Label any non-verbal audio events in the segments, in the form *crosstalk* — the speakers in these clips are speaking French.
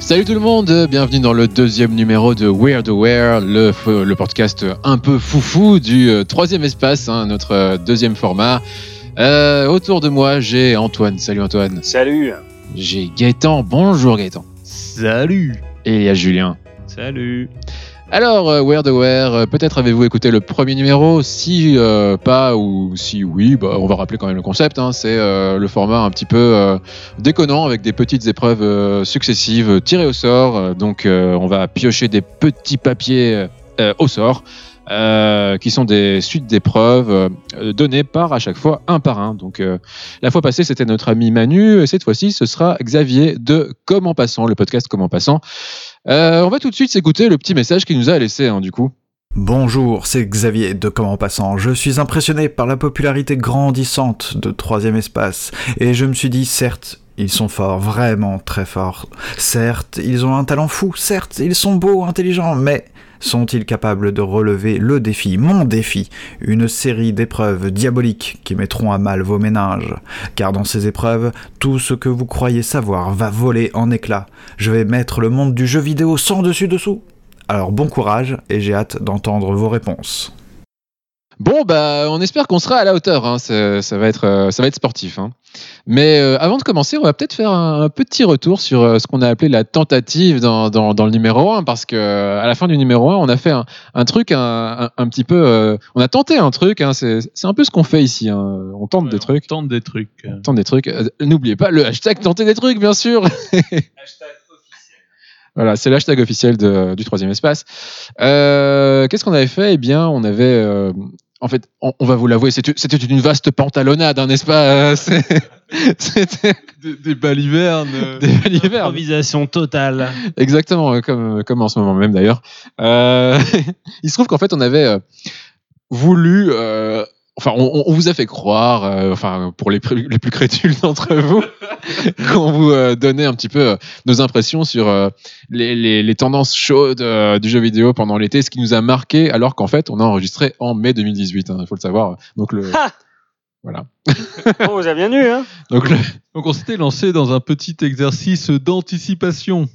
Salut tout le monde, bienvenue dans le deuxième numéro de Weird Aware, le, le podcast un peu foufou du euh, troisième espace, hein, notre euh, deuxième format. Euh, autour de moi, j'ai Antoine. Salut Antoine. Salut J'ai Gaëtan. Bonjour Gaëtan. Salut Et il y a Julien. Salut Alors, euh, Weird Aware, euh, peut-être avez-vous écouté le premier numéro. Si euh, pas ou si oui, bah, on va rappeler quand même le concept. hein. C'est euh, le format un petit peu euh, déconnant avec des petites épreuves euh, successives euh, tirées au sort. Euh, Donc, euh, on va piocher des petits papiers euh, au sort. euh, qui sont des suites d'épreuves euh, données par à chaque fois un par un. Donc euh, la fois passée c'était notre ami Manu et cette fois-ci ce sera Xavier de Comment Passant, le podcast Comment Passant. Euh, on va tout de suite s'écouter le petit message qu'il nous a laissé, hein, du coup. Bonjour, c'est Xavier de Comment Passant. Je suis impressionné par la popularité grandissante de Troisième Espace et je me suis dit, certes, ils sont forts, vraiment très forts. Certes, ils ont un talent fou, certes, ils sont beaux, intelligents, mais sont-ils capables de relever le défi, mon défi, une série d'épreuves diaboliques qui mettront à mal vos méninges Car dans ces épreuves, tout ce que vous croyez savoir va voler en éclats. Je vais mettre le monde du jeu vidéo sans dessus-dessous. Alors bon courage et j'ai hâte d'entendre vos réponses. Bon, bah, on espère qu'on sera à la hauteur. hein. Ça, ça va être, euh, ça va être sportif. hein. Mais euh, avant de commencer, on va peut-être faire un, un petit retour sur euh, ce qu'on a appelé la tentative dans, dans- dans le numéro 1, parce que euh, à la fin du numéro 1, on a fait un, un truc un, un- un petit peu. euh, on a tenté un truc. hein. C'est c'est un peu ce qu'on fait ici. hein. On tente des trucs. Tente des trucs. On tente des trucs. Euh, N'oubliez pas le hashtag tenter des trucs, bien sûr. Voilà, c'est l'hashtag officiel de- du troisième espace. Euh, Qu'est-ce qu'on avait fait Eh bien, on avait. euh, en fait, on, on va vous l'avouer, c'était c'était une vaste pantalonnade, hein, n'est-ce pas Euh, c'est- *laughs* C'était Des, *laughs* balivernes. des balivernes. Improvisation totale. Exactement, euh, comme, comme en ce moment même d'ailleurs. Euh, *laughs* il se trouve qu'en fait, on avait euh, voulu. euh, Enfin, on, on vous a fait croire, euh, enfin, pour les, pré- les plus crédules d'entre vous, *laughs* qu'on vous euh, donnait un petit peu euh, nos impressions sur euh, les, les- les tendances chaudes euh, du jeu vidéo pendant l'été, ce qui nous a marqué, alors qu'en fait, on a enregistré en mai 2018, hein, il faut le savoir. Donc, le, Ha voilà. On vous a bien eu, hein Donc, le, Donc on s'était lancé dans un petit exercice d'anticipation.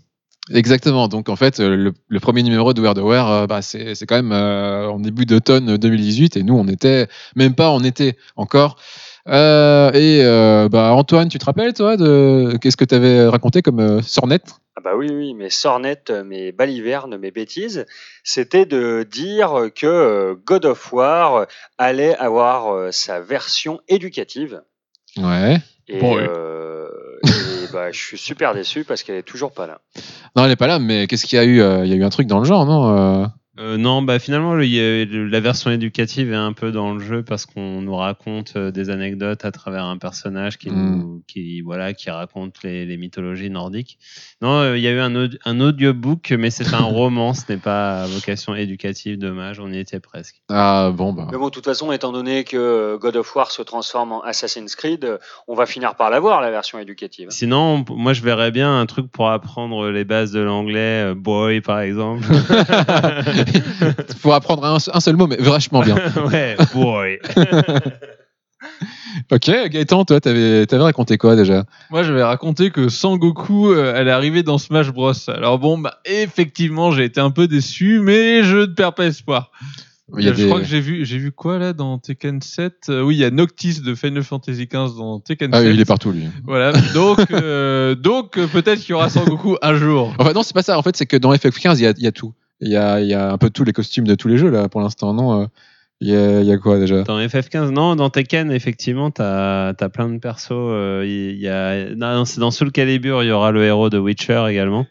Exactement. Donc en fait, euh, le, le premier numéro de Weird Aware, euh, bah, c'est c'est quand même euh, en début d'automne 2018 et nous on était même pas en été encore. Euh, et euh, bah Antoine, tu te rappelles toi de qu'est-ce que tu avais raconté comme euh, sornette Ah bah oui, oui, mes sornettes, mes balivernes, mes bêtises, c'était de dire que euh, God of War allait avoir euh, sa version éducative. Ouais. Et, Bon, oui. euh, et *laughs* bah, je suis super déçu parce qu'elle est toujours pas là. Non, elle est pas là, mais qu'est-ce qu'il y a eu euh, Il y a eu un truc dans le genre, non Euh, Euh, non, bah finalement, le- il y a- le- la version éducative est un peu dans le jeu parce qu'on nous raconte euh, des anecdotes à travers un personnage qui, Mm. nous- qui voilà, qui raconte les, les mythologies nordiques. Non, euh, il y a eu un, aud- un audiobook, mais c'est *laughs* un roman, ce n'est pas à vocation éducative, dommage, on y était presque. Ah bon *laughs* bah. Mais bon, de toute façon, étant donné que euh, God of War se transforme en Assassin's Creed, euh, on va finir par l'avoir, la version éducative. Sinon, on- moi, je verrais bien un truc pour apprendre les bases de l'anglais, euh, boy par exemple. *laughs* Faut apprendre un, un seul mot, mais vachement bien. *laughs* ouais, boy. ok, Gaëtan, toi, t'avais t'avais raconté quoi déjà Moi, j'avais raconté que Sangoku euh, allait arriver dans Smash Bros. Alors bon, bah, effectivement, j'ai été un peu déçu, mais je ne perds pas espoir. Il y a je des- crois que j'ai vu, j'ai vu quoi là dans Tekken 7 Euh, Oui, il y a Noctis de Final Fantasy XV dans Tekken Ah 7. oui, il est partout lui. Voilà. Donc, euh, *laughs* donc euh, peut-être qu'il y aura Sangoku un jour. Enfin, non, c'est pas ça. En fait, c'est que dans FF15, il y a, il y a tout. Il y a, il y a un peu tous les costumes de tous les jeux, là, pour l'instant, non euh, Il y a- il y, a quoi déjà Dans FF15, non, dans Tekken, effectivement, t'as as plein de persos. euh, Il y a, non, c'est dans Soul Calibur, il y aura le héros de Witcher également.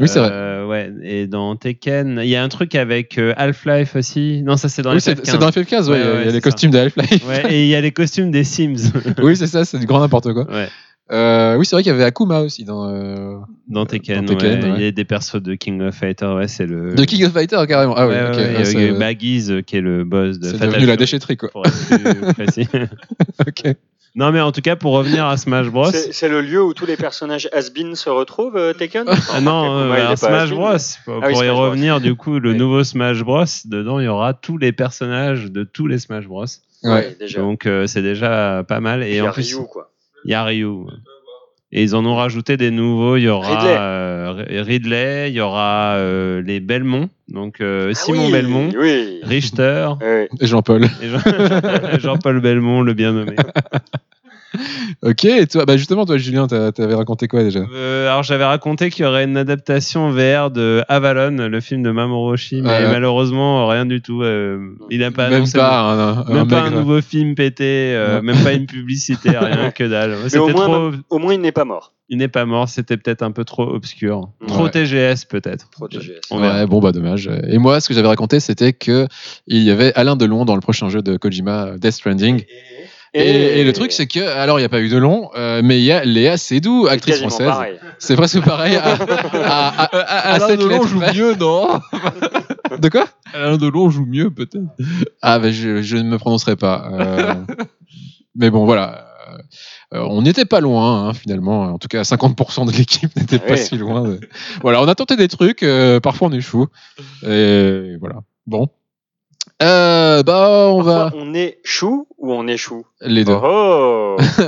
Oui, c'est vrai. Euh, ouais, et dans Tekken, il y a un truc avec euh, Half-Life aussi. Non, ça c'est dans Oui, FF15. c'est c'est dans FF15, ouais, il y a- Ouais, il y ouais, a les c'est ça. costumes de *laughs* Half-Life. Ouais, et il y a les costumes *laughs* des Sims oui, c'est ça, c'est du grand n'importe quoi. ouais, Euh, oui, c'est vrai qu'il y avait Akuma aussi dans. euh, dans Tekken. Dans Tekken, ouais. ouais. Il y a des persos de King of Fighters. Ouais, c'est le. De King of Fighter, carrément. Ah oui, Ouais, ok. Ah, ouais, il y a c'est- eu Baggies, euh, qui est le boss de c'est Fatal *laughs* devenu la Fury, *laughs* déchetterie, quoi. Pour être plus précis. ok. Non, mais en tout cas, pour revenir à Smash Bros. C'est c'est le lieu où tous les personnages has se retrouvent, euh, Tekken Ah non, Ok, euh, pour *laughs* moi, il alors est pas Smash has-been. Bros. Pour, Ah oui, pour y Smash Bros. revenir, du coup, le Oui. nouveau Smash Bros. Dedans, il y aura tous les personnages de tous les Smash Bros. Ouais. Ouais, déjà. Donc, euh, c'est déjà pas mal. Et Il y a en plus, Ryu, quoi. il y a Ryu. Et ils en ont rajouté des nouveaux. Il y aura Ridley. euh, Ri- Ridley, il y aura euh, les Belmont, donc euh, Ah Simon oui, Belmont, Oui. *laughs* Euh, Richter, Ouais. Et Jean-Paul. et Jean- *laughs* Jean-Paul Belmont, le bien nommé. Ok, et toi, bah justement, toi, Julien, t'as- t'avais raconté quoi déjà Euh, alors j'avais raconté qu'il y aurait une adaptation VR de Avalon, le film de Mamoru Oshii, mais Ouais. malheureusement rien du tout. euh, il n'a pas Même annoncé- pas un, un- même un pas un maigre. nouveau film pété, euh, Ouais. même pas *laughs* une publicité, rien que dalle. au C'était moins, trop. Au moins, il n'est pas mort. Il n'est pas mort, c'était peut-être un peu trop obscur, trop Ouais. TGS peut-être. Protégé. On verra. Ouais, bon bah dommage. Et moi, ce que j'avais raconté, c'était que il y avait Alain Delon dans le prochain jeu de Kojima, euh, Death Stranding. Et, et le truc, c'est que alors il n'y a pas eu Delon, euh, mais il y a Léa Seydoux, C'est actrice quasiment française. pareil. C'est presque pareil. À, à- à- Euh, à Alain cette Delon lettre joue près. mieux, non *laughs* de quoi Alain Delon joue mieux, peut-être. Ah bah, je, je ne me prononcerai pas. *laughs* Euh, mais bon, voilà. Euh, on n'était pas loin, hein, finalement. En tout cas, 50% de l'équipe *laughs* n'était pas Ouais. si loin. de- *laughs* Voilà, on a tenté des trucs. euh, parfois, on échoue. Et voilà. Bon. Euh, bah, on va. Parfois, On est chou ou on échoue Les deux. *laughs* Oh oh.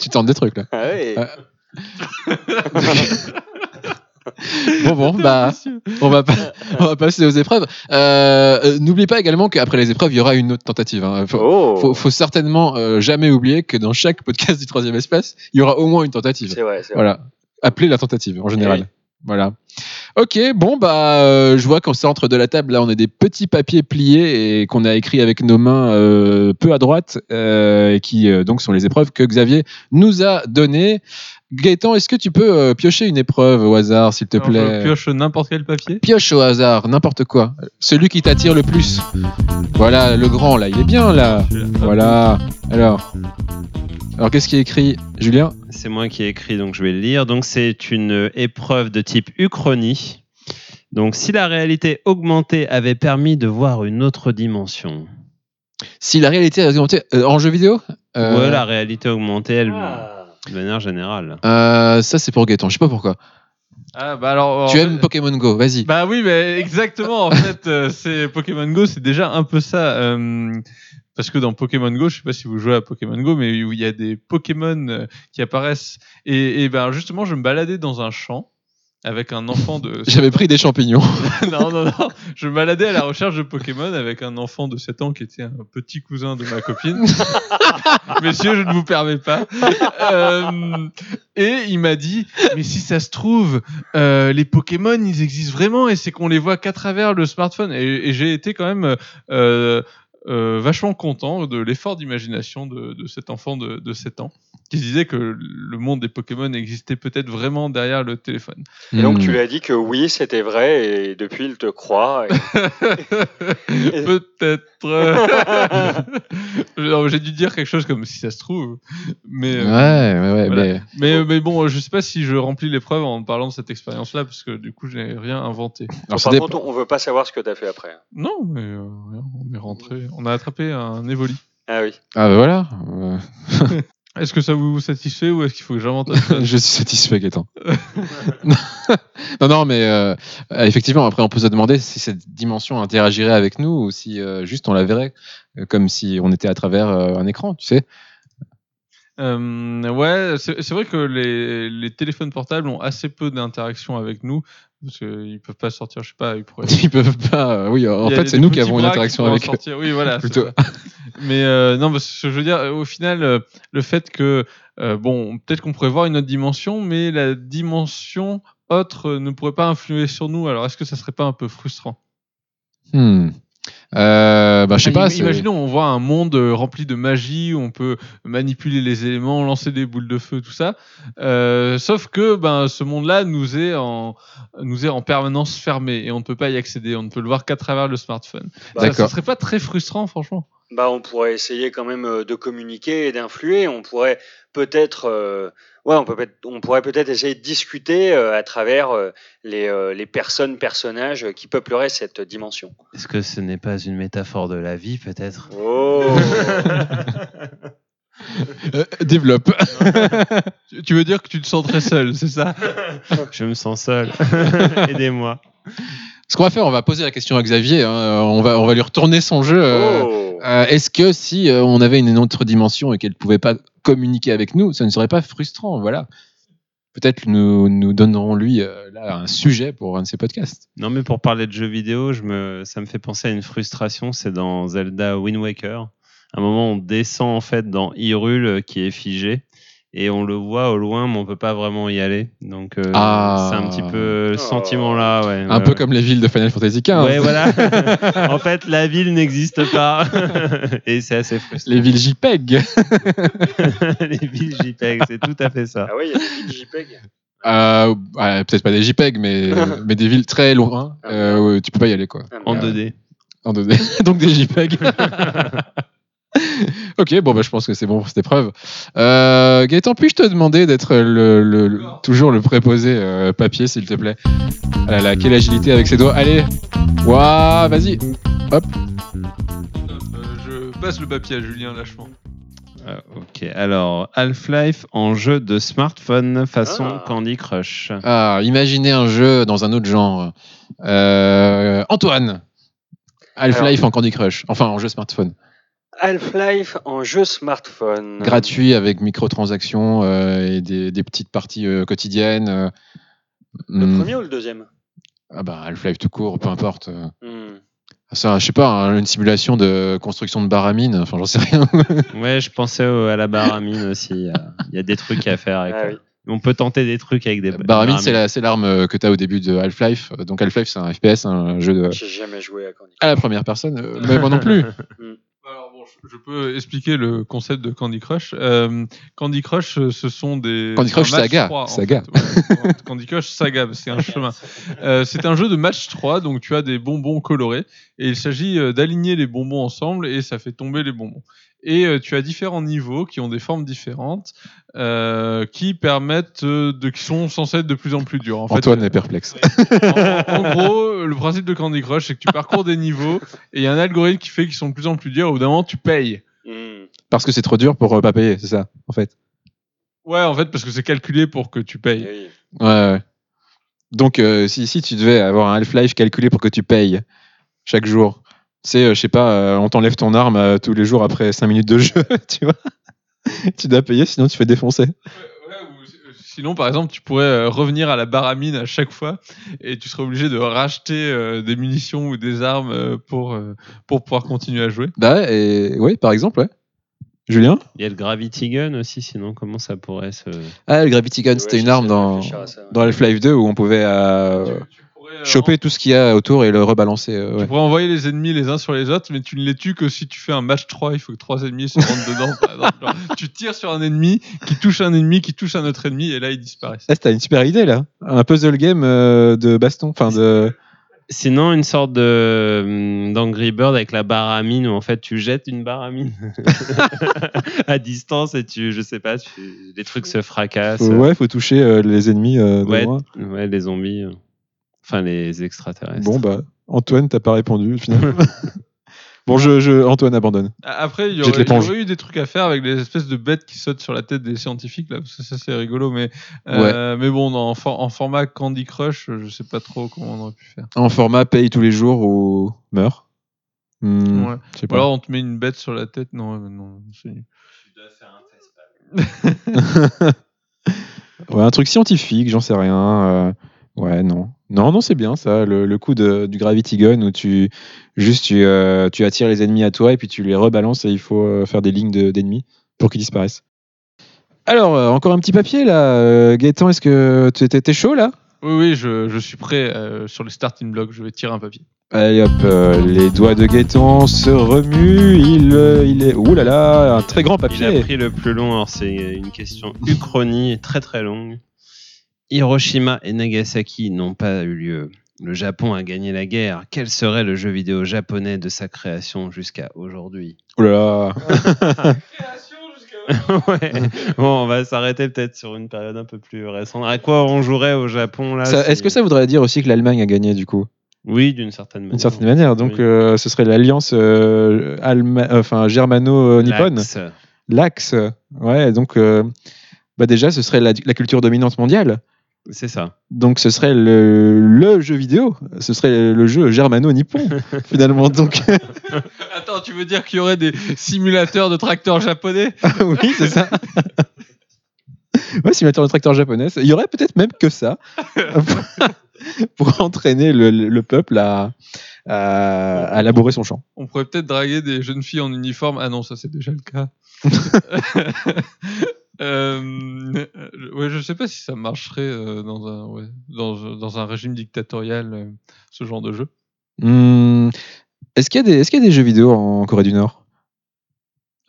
Tu tentes des trucs, là. Ah oui. Ah. Bon, *laughs* bon, bah. on va pas, *laughs* on va passer aux épreuves. Euh, euh, N'oublie pas également qu'après les épreuves, il y aura une autre tentative. hein. Faut, Oh. faut, faut certainement euh, jamais oublier que dans chaque podcast du troisième espace, il y aura au moins une tentative. C'est vrai, c'est vrai. Voilà, appelez la tentative en général. Eh oui. Voilà. Ok, bon bah, euh, je vois qu'en centre de la table, là, on a des petits papiers pliés et qu'on a écrit avec nos mains euh, peu à droite, euh, qui euh, donc sont les épreuves que Xavier nous a données. Gaëtan, est-ce que tu peux euh, piocher une épreuve au hasard, s'il te Alors, plaît Je pioche n'importe quel papier. pioche au hasard, n'importe quoi. Celui qui t'attire le plus. Voilà, le grand là, il est bien là. Voilà. Alors. Alors qu'est-ce qui est écrit, Julien C'est moi qui ai écrit, donc je vais le lire. Donc c'est une euh, épreuve de type uchronie. Donc si la réalité augmentée avait permis de voir une autre dimension, Si la réalité est augmentée euh, en jeu vidéo Euh, ou la réalité augmentée, elle, Ah. de manière générale. euh, ça c'est pour Gaëtan, je sais pas pourquoi. Ah, bah alors. tu en aimes fait- Pokémon Go, vas-y. Bah oui, mais exactement. En fait, euh, c'est Pokémon Go, c'est déjà un peu ça. euh, parce que dans Pokémon Go, je sais pas si vous jouez à Pokémon Go, mais où il y a des Pokémon euh, qui apparaissent. Et, et ben justement, je me baladais dans un champ avec un *laughs* enfant de. *laughs* J'avais pris des champignons. *laughs* non, non, non. Je me baladais à la recherche de Pokémon avec un enfant de 7 ans qui était un petit cousin de ma copine. Messieurs, je ne vous permets pas. Euh, et il m'a dit, mais si ça se trouve, euh, les Pokémon, ils existent vraiment et c'est qu'on les voit qu'à travers le smartphone. Et, et j'ai été quand même euh, euh, vachement content de l'effort d'imagination de, de cet enfant de, de 7 ans qui se disait que le monde des Pokémon existait peut-être vraiment derrière le téléphone. Et donc, tu Hmm. lui as dit que oui, c'était vrai, et depuis, il te croit. *laughs* et- *laughs* Peut-être. Non, J'ai dû dire quelque chose comme si ça se trouve. Mais, Ouais, euh, ouais, ouais. Voilà. mais- mais, mais bon, je sais pas si je remplis l'épreuve en parlant de cette expérience-là, parce que du coup, je n'ai rien inventé. Alors, ça Par dépend- contre, on veut pas savoir ce que t'as fait après. Non, mais euh, rien, on est rentré. On a attrapé un évoli. Ah oui. Ah bah voilà. Euh, Est-ce que ça vous satisfait ou est-ce qu'il faut que j'invente autre *laughs* chose Euh, je suis satisfait, Gaëtan. non, non, mais euh, euh, effectivement, après, on peut se demander si cette dimension interagirait avec nous ou si euh, juste on la verrait euh, comme si on était à travers euh, un écran, tu sais. Euh, Ouais, c'est c'est vrai que les, les téléphones portables ont assez peu d'interaction avec nous, parce qu'ils peuvent pas sortir, je sais pas, ils pourraient *laughs* Ils peuvent pas. euh, oui, en Il y a fait, des c'est nous qui petits avons une bras interaction pourront avec eux. sortir. Oui, voilà. c'est *laughs* Plutôt. ça. Mais euh, non, parce que je veux dire, euh, au final, euh, le fait que, euh, bon, peut-être qu'on pourrait voir une autre dimension, mais la dimension autre euh, ne pourrait pas influer sur nous. Alors, est-ce que ça serait pas un peu frustrant Hmm. Euh, bah, je sais Im- pas. c'est- Imaginons, on voit un monde euh, rempli de magie où on peut manipuler les éléments, lancer des boules de feu, tout ça. Euh, sauf que ben, ce monde-là nous, est en- nous est en permanence fermé et on ne peut pas y accéder. On ne peut le voir qu'à travers le smartphone. Ça, ça D'accord. serait pas très frustrant, franchement. Bah, on pourrait essayer quand même euh, de communiquer et d'influer. On pourrait peut-être, euh, ouais, on, peut peut-être- on pourrait peut-être essayer de discuter euh, à travers euh, les, euh, les personnes, personnages euh, qui peupleraient cette dimension. Est-ce que ce n'est pas une métaphore de la vie peut-être Oh Euh, développe. *laughs* *laughs* Tu- Tu veux dire que tu te sens très seul, c'est ça Je me sens seul. Aidez-moi. Ce qu'on va faire, on va poser la question à Xavier. hein. Euh, On va, on va lui retourner son jeu. euh, Oh. euh, Est-ce que si euh, on avait une autre dimension et qu'elle ne pouvait pas communiquer avec nous, ça ne serait pas frustrant Voilà. Peut-être nous, nous donnerons lui euh, là un sujet pour un de ses podcasts. Non, mais pour parler de jeux vidéo, je me... ça me fait penser à une frustration. C'est dans Zelda Wind Waker. À un moment, on descend en fait dans Hyrule euh, qui est figé. Et on le voit au loin, mais on peut pas vraiment y aller. Donc, euh, Ah. c'est un petit peu le sentiment là. Ouais, un Ouais, peu ouais. comme hein. les villes de Final Fantasy XV. Ouais, voilà. en fait, la ville n'existe pas. Et c'est assez frustrant. *laughs* Les villes JPEG. *laughs* Les villes JPEG, c'est tout à fait ça. Ah oui, il y a des petits JPEG. Euh, ouais, Peut-être pas des JPEG, *laughs* mais, mais des villes très loin. Euh, où tu peux pas y aller quoi. Ah, En merde. 2D. En 2D. *laughs* Donc des JPEG. *laughs* ok, bon, bah, je pense que c'est bon pour cette épreuve. Euh, Gaëtan, puis-je te demander d'être le, le- le- toujours le préposé euh, papier, s'il te plaît Ah là là, quelle agilité avec ses doigts. Allez Waouh, vas-y Euh, Je passe le papier à Julien lâchement. Ah, ok, alors Half-Life en jeu de smartphone façon Ah. Candy Crush. ah, Imaginez un jeu dans un autre genre. Euh, Antoine Half-Life en Candy Crush, enfin en jeu smartphone. Half-Life en jeu smartphone. Gratuit avec microtransactions euh, et des, des petites parties euh, quotidiennes. euh. Le Hmm. premier ou le deuxième Ah bah Half-Life tout court, peu importe. euh. Hmm. Ça, je sais pas, hein, une simulation de construction de barres à mine, enfin j'en sais rien. Ouais, je pensais au- à la barre à mine aussi. Il y a- il y, a des trucs à faire. Avec Ah oui. On peut tenter des trucs avec des La barre à mine, Euh, c'est la- c'est l'arme euh, que tu as au début de Half-Life. Euh, Donc Half-Life, c'est un FPS, un jeu de... J'ai jamais joué à Candy. à la première personne, euh, mais moi non *laughs* plus. Alors bon, je- je peux expliquer le concept de Candy Crush. Euh, Candy Crush, euh, ce sont des Candy c'est un Crush match Saga, trois, en Saga. fait. Ouais, Candy Crush Saga, c'est un chemin. Euh, c'est un jeu de match 3, donc tu as des bonbons colorés et il s'agit euh, d'aligner les bonbons ensemble et ça fait tomber les bonbons. Et euh, tu as différents niveaux qui ont des formes différentes, euh, qui permettent euh, de, qui sont censés être de plus en plus durs. En fait, Antoine est perplexe. en, en gros, le principe de Candy Crush, c'est que tu parcours des niveaux et il y a un algorithme qui fait qu'ils sont de plus en plus durs. Au bout d'un moment, tu payes. Hmm. Parce que c'est trop dur pour euh, pas payer, c'est ça, en fait. Ouais, en fait, parce que c'est calculé pour que tu payes. Eh Oui. Ouais, ouais. Donc euh, si, si tu devais avoir un Half-Life calculé pour que tu payes chaque jour, c'est, euh, je sais pas, euh, on t'enlève ton arme euh, tous les jours après 5 minutes de jeu, *laughs* tu vois. tu dois payer, sinon tu fais défoncer. euh, Sinon, par exemple, tu pourrais euh, revenir à la barre à mine à chaque fois et tu serais obligé de racheter euh, des munitions ou des armes euh, pour, euh, pour pouvoir continuer à jouer. Bah ouais, et... oui, par exemple, ouais. Julien Il y a le Gravity Gun aussi, sinon comment ça pourrait se. Ah, le Gravity Gun, Ouais, c'était une j'essaie arme de dans, réfléchir à ça, ouais. dans Half-Life 2 où on pouvait euh, Tu- tu pourrais, euh, choper tout ce qu'il y a autour et le rebalancer. euh, en- ouais. Tu pourrais envoyer les ennemis les uns sur les autres, mais tu ne les tues que si tu fais un match 3. Il faut que 3 ennemis se rentrent dedans. par exemple. *laughs* Genre, tu tires sur un ennemi qui touche un ennemi qui touche un autre ennemi et là ils disparaissent. Ah, c'était une super idée là. Un puzzle game euh, de baston. Enfin, de... Sinon, une sorte de hum, d'Angry Bird avec la barre à mine où en fait tu jettes une barre à mine *laughs* à distance et tu, je sais pas, tu- les trucs se fracassent. Faut- ouais, faut toucher euh, les ennemis euh, de ouais, loin. ouais, les zombies. euh. Enfin, les extraterrestres. Bon, bah, Antoine, t'as pas répondu finalement. *laughs* bon, je, je- Antoine abandonne. A- Après, il y Jette aurait, il y l'éponge. aurait eu des trucs à faire avec les espèces de bêtes qui sautent sur la tête des scientifiques, là, parce que ça, c'est rigolo, mais, euh, mais bon, en, for- en format Candy Crush, euh, je sais pas trop comment on aurait pu faire. En format paye tous les jours ou meurt. Hmm, Ouais. je sais Ou pas. alors, on te met une bête sur la tête, non, euh, non, c'est nul. *laughs* Ouais, un truc scientifique, j'en sais rien. euh, ouais, non. Non, non, c'est bien ça, le, le coup de, du Gravity Gun où tu juste tu, euh, tu attires les ennemis à toi et puis tu les rebalances et il faut euh, faire des lignes de- d'ennemis pour qu'ils disparaissent. Alors, euh, encore un petit papier là. Euh, Gaëtan, est-ce que tu étais chaud là Oui, oui, je, je suis prêt euh, sur les starting blocks, je vais tirer un papier. Allez hop, euh, les doigts de Gaëtan se remuent. Il, euh, il est. Ouh là là, un très grand Il a papier. pris le plus long, alors c'est une question uchronie très très longue. Hiroshima et Nagasaki n'ont pas eu lieu. Le Japon a gagné la guerre. Quel serait le jeu vidéo japonais de sa création jusqu'à aujourd'hui *laughs* Ouh là là. Ouais. Bon, on va s'arrêter peut-être sur une période un peu plus récente. À quoi on jouerait au Japon là Ça- si- Est-ce que ça voudrait dire aussi que l'Allemagne a gagné du coup Oui, d'une certaine manière. D'une certaine manière. Donc, Oui. euh, ce serait l'alliance euh, alma- enfin, germano-nippone. L'axe. l'axe. Ouais, donc euh, bah déjà, ce serait la, la culture dominante mondiale. C'est ça. Donc ce serait le, le jeu vidéo, ce serait le jeu germano-nippon finalement. Donc *laughs* *laughs* Attends, tu veux dire qu'il y aurait des simulateurs de tracteurs japonais oui, c'est ça. ouais, simulateur de tracteur japonais. Il y aurait peut-être même que ça pour entraîner le, le peuple à, à, à labourer son champ. On pourrait peut-être draguer des jeunes filles en uniforme. Ah non, ça c'est déjà le cas. *laughs* Euh, je- ouais, je sais pas si ça marcherait euh, dans, un, ouais, dans, un- dans un régime dictatorial, euh, ce genre de jeu. Hmm, est-ce qu'il y, a des- est-ce qu'il y a des jeux vidéo en Corée du *laughs* Nord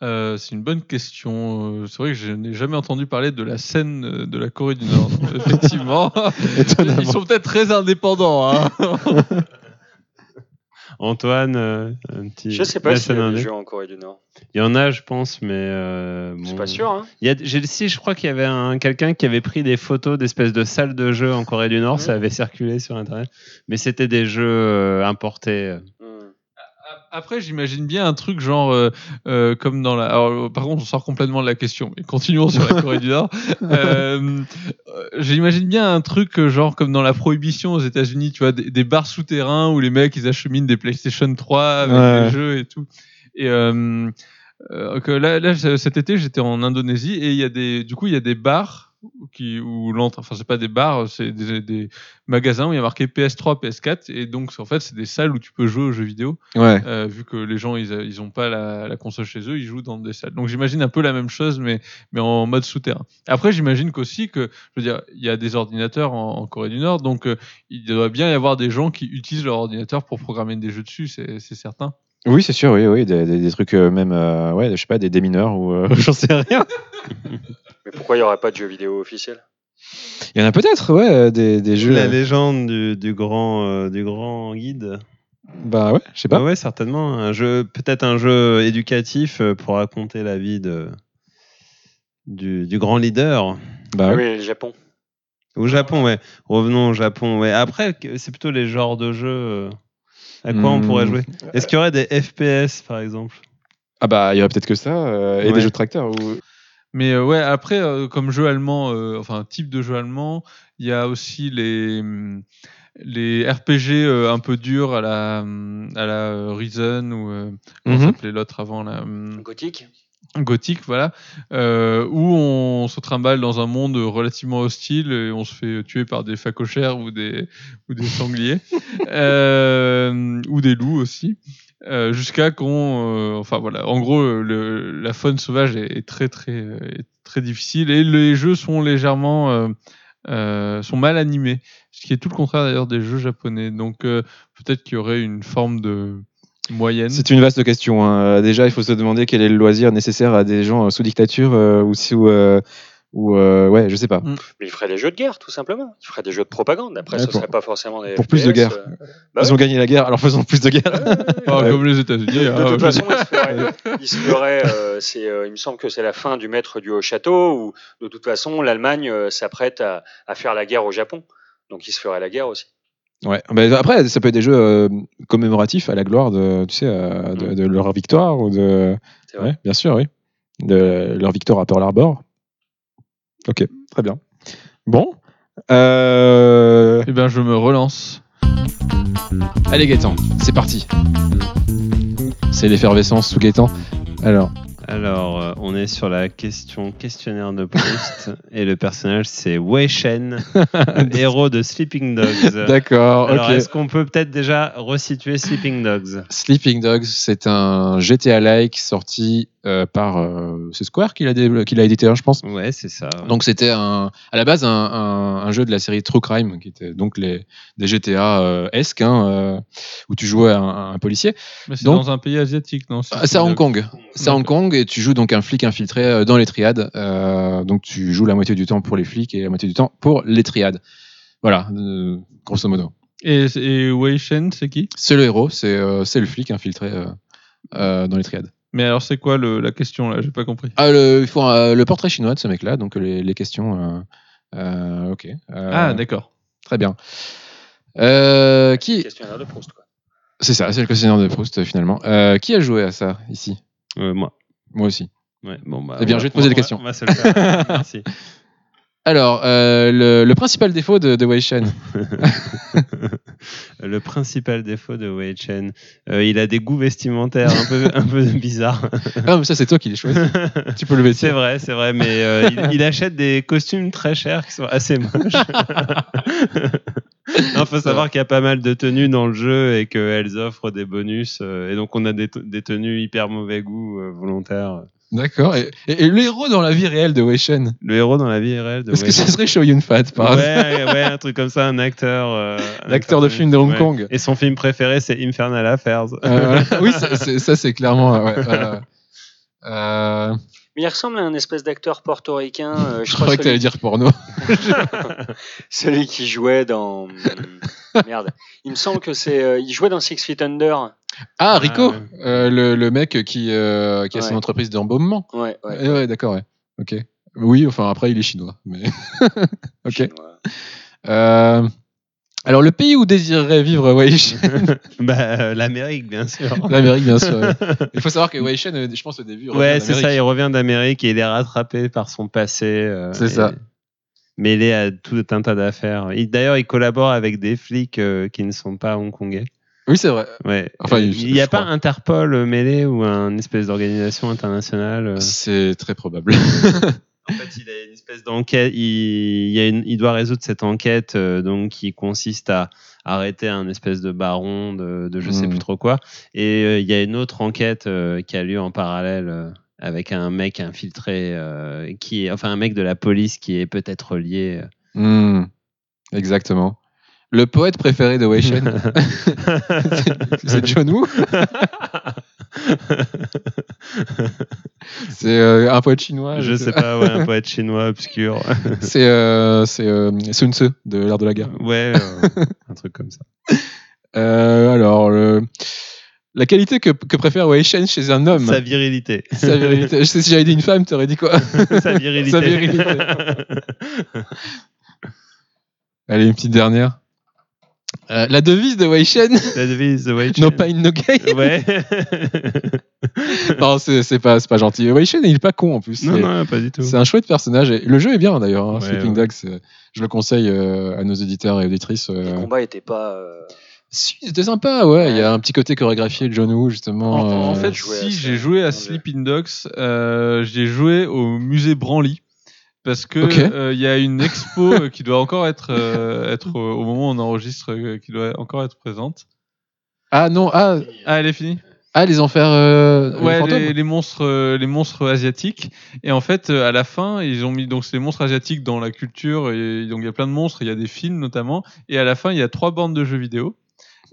Euh, c'est une bonne question. Euh, C'est vrai que je n'ai jamais entendu parler de la scène euh, de la Corée du Nord. Donc, Effectivement, Étonnamment. ils sont peut-être très indépendants. hein. Antoine, euh, un petit. Je sais pas la s'il y scène a des indé. jeux en Corée du Nord. Il y en a, je pense, mais. euh, C'est Mmh. bon. pas sûr, hein Il y a, j'ai- si, je crois qu'il y avait un, quelqu'un qui avait pris des photos d'espèces de salles de jeux en Corée du Nord, Mhm. ça avait circulé sur Internet, mais c'était des jeux euh, importés. Hmm. Après, j'imagine bien un truc genre euh, euh, comme dans la. alors, euh, par contre, on sort complètement de la question. Mais continuons sur la Corée du Nord. Euh, euh, j'imagine bien un truc euh, genre comme dans la prohibition aux États-Unis, tu vois, des, des bars souterrains où les mecs ils acheminent des PlayStation 3 avec Ouais. des jeux et tout. Et euh, euh, que là, là, c- cet été, j'étais en Indonésie et il y a des, du coup, il y a des bars qui où l'entrée, enfin c'est pas des bars, c'est des, des magasins où il y a marqué PS3, PS4 et donc en fait c'est des salles où tu peux jouer aux jeux vidéo. Ouais. Euh, vu que les gens ils, euh, ils ont pas la, la console chez eux, ils jouent dans des salles. Donc j'imagine un peu la même chose, mais mais en mode souterrain. Après j'imagine qu'aussi que je veux dire il y a des ordinateurs en, en Corée du Nord, donc euh, il doit bien y avoir des gens qui utilisent leur ordinateur pour programmer des jeux dessus, c'est c'est certain. Oui, c'est sûr, oui, oui, des, des- des trucs euh, même, euh, ouais, je sais pas, des démineurs ou euh, *laughs* j'en sais rien. Mais pourquoi il n'y aurait pas de jeux vidéo officiels Il y en a peut-être, ouais, euh, des, des jeux. La légende du, du grand, euh, du grand guide. Bah ouais, je sais pas. Ouais, ouais, certainement. Un jeu, peut-être un jeu éducatif euh, pour raconter la vie de, du, du grand leader. Bah Ah ouais. Oui, le Japon. Au Japon, ouais. Revenons au Japon, ouais. Après, que- c'est plutôt les genres de jeux. euh, À quoi on Hmm. pourrait jouer Est-ce qu'il y aurait des FPS, par exemple Ah bah il y aurait peut-être que ça euh, et Ouais. des jeux de tracteurs. ou- Mais euh, ouais après euh, comme jeu allemand, euh, enfin type de jeu allemand, il y a aussi les hum, les RPG euh, un peu durs à la hum, à la euh, Risen ou euh, Mm-hmm. comment Mhm. s'appelait l'autre avant là. hum, Gothique gothique, voilà, euh, où on se trimballe dans un monde relativement hostile et on se fait tuer par des facochères ou des, ou des *laughs* sangliers, euh, ou des loups aussi, euh, jusqu'à qu'on... euh, enfin voilà, en gros, le, la faune sauvage est, est très très euh, est très difficile et les jeux sont légèrement... euh, euh, sont mal animés, ce qui est tout le contraire d'ailleurs des jeux japonais. Donc euh, peut-être qu'il y aurait une forme de moyenne. C'est une vaste question. hein. Déjà, il faut se demander quel est le loisir nécessaire à des gens euh, sous dictature euh, ou sous euh, ou euh, ouais, je sais pas. Mais ils feraient des jeux de guerre, tout simplement. Ils feraient des jeux de propagande. Après, Ouais, ce pour- serait pas forcément des. pour plus de FPS, guerre. euh. Bah Ils ont gagné la guerre, alors faisons plus de guerre. Pas Ouais. comme les États-Unis. hein, De toute je façon, il se ferait, il se ferait, euh, c'est, euh, il me semble que c'est la fin du maître du Haut-Château, où de toute façon, l'Allemagne euh, s'apprête à, à faire la guerre au Japon. Donc, il se ferait la guerre aussi. *laughs* Ouais. Mais après, ça peut être des jeux euh, commémoratifs à la gloire de tu sais euh, de, de leur victoire ou de Mm. C'est vrai. Ouais, bien sûr, oui, de leur victoire à Pearl Harbor. Ok, très bien. Bon. Euh, Eh bien, je me relance. Allez Gaëtan, c'est parti. C'est l'effervescence sous Gaëtan. Alors, Alors, euh, on est sur la question questionnaire *laughs* de Proust et le personnage c'est Wei Shen, le héros de Sleeping Dogs. d'accord. Euh, Alors, ok. est-ce qu'on peut peut-être déjà resituer Sleeping Dogs Sleeping Dogs, c'est un GTA-like sorti euh, par euh, c'est Square qui l'a dé- qui l'a édité, hein, je pense. Ouais, c'est ça. ouais. Donc c'était un, à la base un, un- un jeu de la série True Crime, qui était donc les, des GTA euh, esque, hein, euh, où tu jouais un, un policier. Mais c'est Donc- dans un pays asiatique, non Ah, C'est à Hong Kong. C'est à Hong Kong et tu joues donc un flic infiltré euh, dans les triades. Euh, donc tu joues la moitié du temps pour les flics et la moitié du temps pour les triades. Voilà, euh, grosso modo. Et, et Wei Shen, c'est qui C'est le héros, c'est euh, c'est le flic infiltré euh, euh, dans les triades. Mais alors, c'est quoi le- la question là J'ai pas compris. Ah, le, il faut euh, le portrait chinois de ce mec-là, donc les, les questions. euh, euh, ok. Euh, Ah, d'accord. très bien. Euh, qui Questionnaire de Proust, quoi. C'est ça, c'est le questionnaire de Proust euh, finalement. Euh, qui a joué à ça ici Euh, moi. Moi aussi. Ouais, bon, bah, Eh bien, on va- je vais te poser on des va- questions. On va se *laughs* le faire. Merci. Alors, euh, le, le principal défaut de, de Wei Shen. Le principal défaut de Wei Chen, euh, il a des goûts vestimentaires un peu, un peu *laughs* bizarres. Ah, mais ça, c'est toi qui l'as *laughs* choisi. tu peux le C'est vêtir. vrai, c'est vrai, mais euh, il, il achète des costumes très chers qui sont *laughs* assez moches. Il faut savoir qu'il y a pas mal de tenues dans le jeu et qu'elles offrent des bonus. euh, et donc, on a des, t- des tenues hyper mauvais goût euh, volontaires. D'accord. Et, et- et le héros dans la vie réelle de Wei Shen Le héros dans la vie réelle de Est-ce Wei que ça serait Show Yun Fat, par hasard ouais, ouais, un truc comme ça, un acteur. euh, un l'acteur de film de Hong ouais. Kong Et son film préféré, c'est Infernal Affairs. *laughs* Euh, Oui, ça, c'est- ça, c'est clairement. euh, ouais, euh, euh, Mais il ressemble à un espèce d'acteur portoricain. euh, je je croyais crois que tu allais celui, dire porno. celui qui *laughs* jouait dans. Merde. Il me semble que c'est. euh, il jouait dans Six Feet Under. Ah, Rico, ouais. euh, le, le mec qui, euh, qui a son Ouais. entreprise d'embaumement. Ouais, ouais. Ouais, ouais, d'accord, ouais. Ok. Oui, enfin, après, il est chinois. Mais... *laughs* ok. Chinois. Euh, Alors, le pays où désirerait vivre Wei Shen *laughs* bah, euh, l'Amérique, bien sûr. L'Amérique, bien sûr. ouais. Il faut savoir que Wei Shen, euh, je pense, au début. revient Ouais, c'est d'Amérique. ça, il revient d'Amérique et il est rattrapé par son passé. euh, C'est et- ça. Mêlé à tout un tas d'affaires. Il- D'ailleurs, il collabore avec des flics euh, qui ne sont pas hongkongais. Oui, c'est vrai. Ouais. Euh, Enfin, il je- n'y a je pas crois. Interpol euh, mêlé ou un espèce d'organisation internationale. euh. C'est très probable. *laughs* En fait, il a une espèce d'enquête. Il, il y a une- il doit résoudre cette enquête, euh, donc qui consiste à arrêter un espèce de baron de, de je sais Hmm. plus trop quoi. Et euh, il y a une autre enquête euh, qui a lieu en parallèle euh, avec un mec infiltré, euh, qui est, enfin un mec de la police qui est peut-être lié. euh. Hmm. Exactement. Le poète préféré de Wei Shen, *laughs* *laughs* c'est John Woo. C'est euh, un poète chinois. je sais pas, ouais, un poète chinois obscur. *laughs* C'est euh, c'est, euh, Sun Tzu de l'art de la guerre. ouais, euh, un truc comme ça. Euh, alors, le- la qualité que, que préfère Wei Shen chez un homme. Sa virilité. Sa virilité. Je sais si j'avais dit une femme, t'aurais dit quoi Sa virilité. Sa virilité. *laughs* Allez, une petite dernière. Euh, la devise de Wei Shen, La devise de Wei no Chen. pain, no gain. *laughs* Ouais. Non, c'est c'est pas, c'est pas gentil. Wei Shen, il est pas con en plus. non, C'est- non, pas du tout. C'est un chouette personnage. Et le jeu est bien d'ailleurs. hein. Ouais, Sleeping ouais. Dogs, euh, je le conseille euh, à nos éditeurs et auditrices. Les euh. combats étaient pas. euh, Si, c'était sympa, ouais. Il y a un petit côté chorégraphié de John Woo, justement. En, en euh, fait, jouer à si ça, j'ai joué à mon Sleeping Dogs, euh, j'ai joué au musée Branly. Parce que euh, Ok. il y a une expo euh, qui doit encore être, euh, être euh, au moment où on enregistre, euh, qui doit encore être présente. Ah non, ah, Ah, elle est finie ah les enfers. euh, les Ouais, fantômes. les, les monstres, euh, les monstres asiatiques. Et en fait, euh, à la fin, ils ont mis donc ces monstres asiatiques dans la culture. Et, donc il y a plein de monstres. Il y a des films notamment. Et à la fin, il y a trois bandes de jeux vidéo,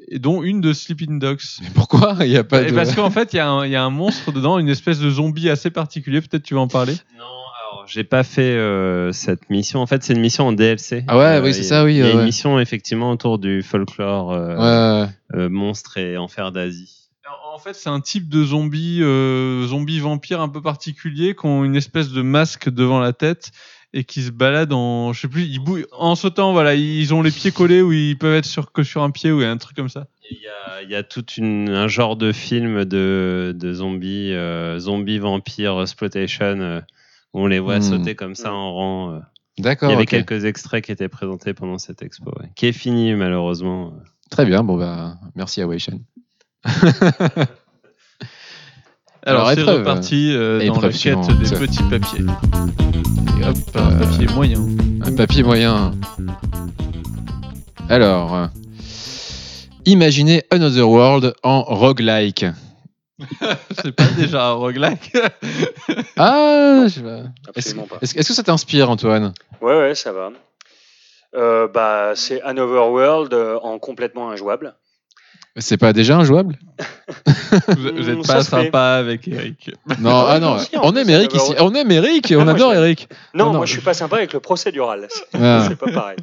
et dont une de Sleeping Dogs. Mais *laughs* Pourquoi Il y a pas Et de. parce qu'en fait, il y, a un- il y a un monstre dedans, une espèce de zombie assez particulier. Peut-être tu vas en parler. Non, alors j'ai pas fait euh, cette mission. En fait, c'est une mission en DLC. Ah ouais, oui, c'est il y a- ça, oui, Il y a euh, une ouais. mission effectivement autour du folklore euh, Ouais. euh, monstre et enfer d'Asie. En fait, c'est un type de zombie, euh, zombie vampire un peu particulier, qui ont une espèce de masque devant la tête et qui se baladent en, je sais plus, ils bouillent, en sautant, voilà, ils ont les pieds collés ou ils peuvent être sur, que sur un pied ou un truc comme ça. Il y a, il y a tout une, un genre de film de, de zombies, euh, zombies vampires exploitation. euh, où on les voit Hmm. sauter comme ça en rang. euh. Il D'accord. y avait ok. quelques extraits qui étaient présentés pendant cette expo, ouais, qui est finie malheureusement. Très bien. Bon bah, merci à Wei Shen. Alors, Alors, c'est épreuve. Bah, reparti euh, dans la Épreuve quête suivante. euh, des petits papiers. Et hop, un papier moyen. Un papier moyen. Alors, euh, imaginez Another World en *laughs* roguelike. c'est pas déjà un roguelike. Ah, je sais pas. Est-ce Absolument pas. est-ce- est-ce que ça t'inspire, Antoine Ouais, ouais, ça va. Euh, bah, c'est Another World euh, en complètement injouable. C'est pas déjà injouable *laughs* vous, vous êtes Mm, Ça pas se fait. sympa avec Eric. Non, ah non, non, si, en on fait, aime ça Eric doit ici. avoir- On aime Eric, Ah, on moi, adore je- Eric. Non, Non, non. moi je suis pas sympa avec le procédural. C'est Ah. c'est pas pareil.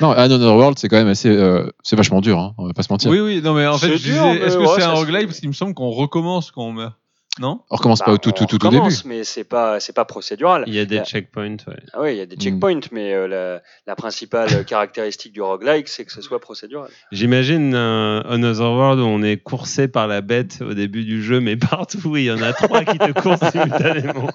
Non, Another World, c'est quand même assez. euh, c'est vachement dur, hein, on va pas se mentir. Oui, oui, non, mais en fait, C'est je dur, disais, mais est-ce que ouais, c'est un ça se roguelike fait. Parce qu'il me semble qu'on recommence quand on meurt. non On recommence pas Bah, au tout, on tout, tout, tout début. recommence, Mais c'est pas, c'est pas procédural. Il y a des Ah. checkpoints, ouais. Ah oui, il y a Hmm. des checkpoints, mais euh, la, *laughs* la principale caractéristique du roguelike, c'est que ce soit procédural. J'imagine un Another World où on est coursé par la bête au début du jeu, mais *laughs* partout, il y en a trois qui te courent *laughs* simultanément.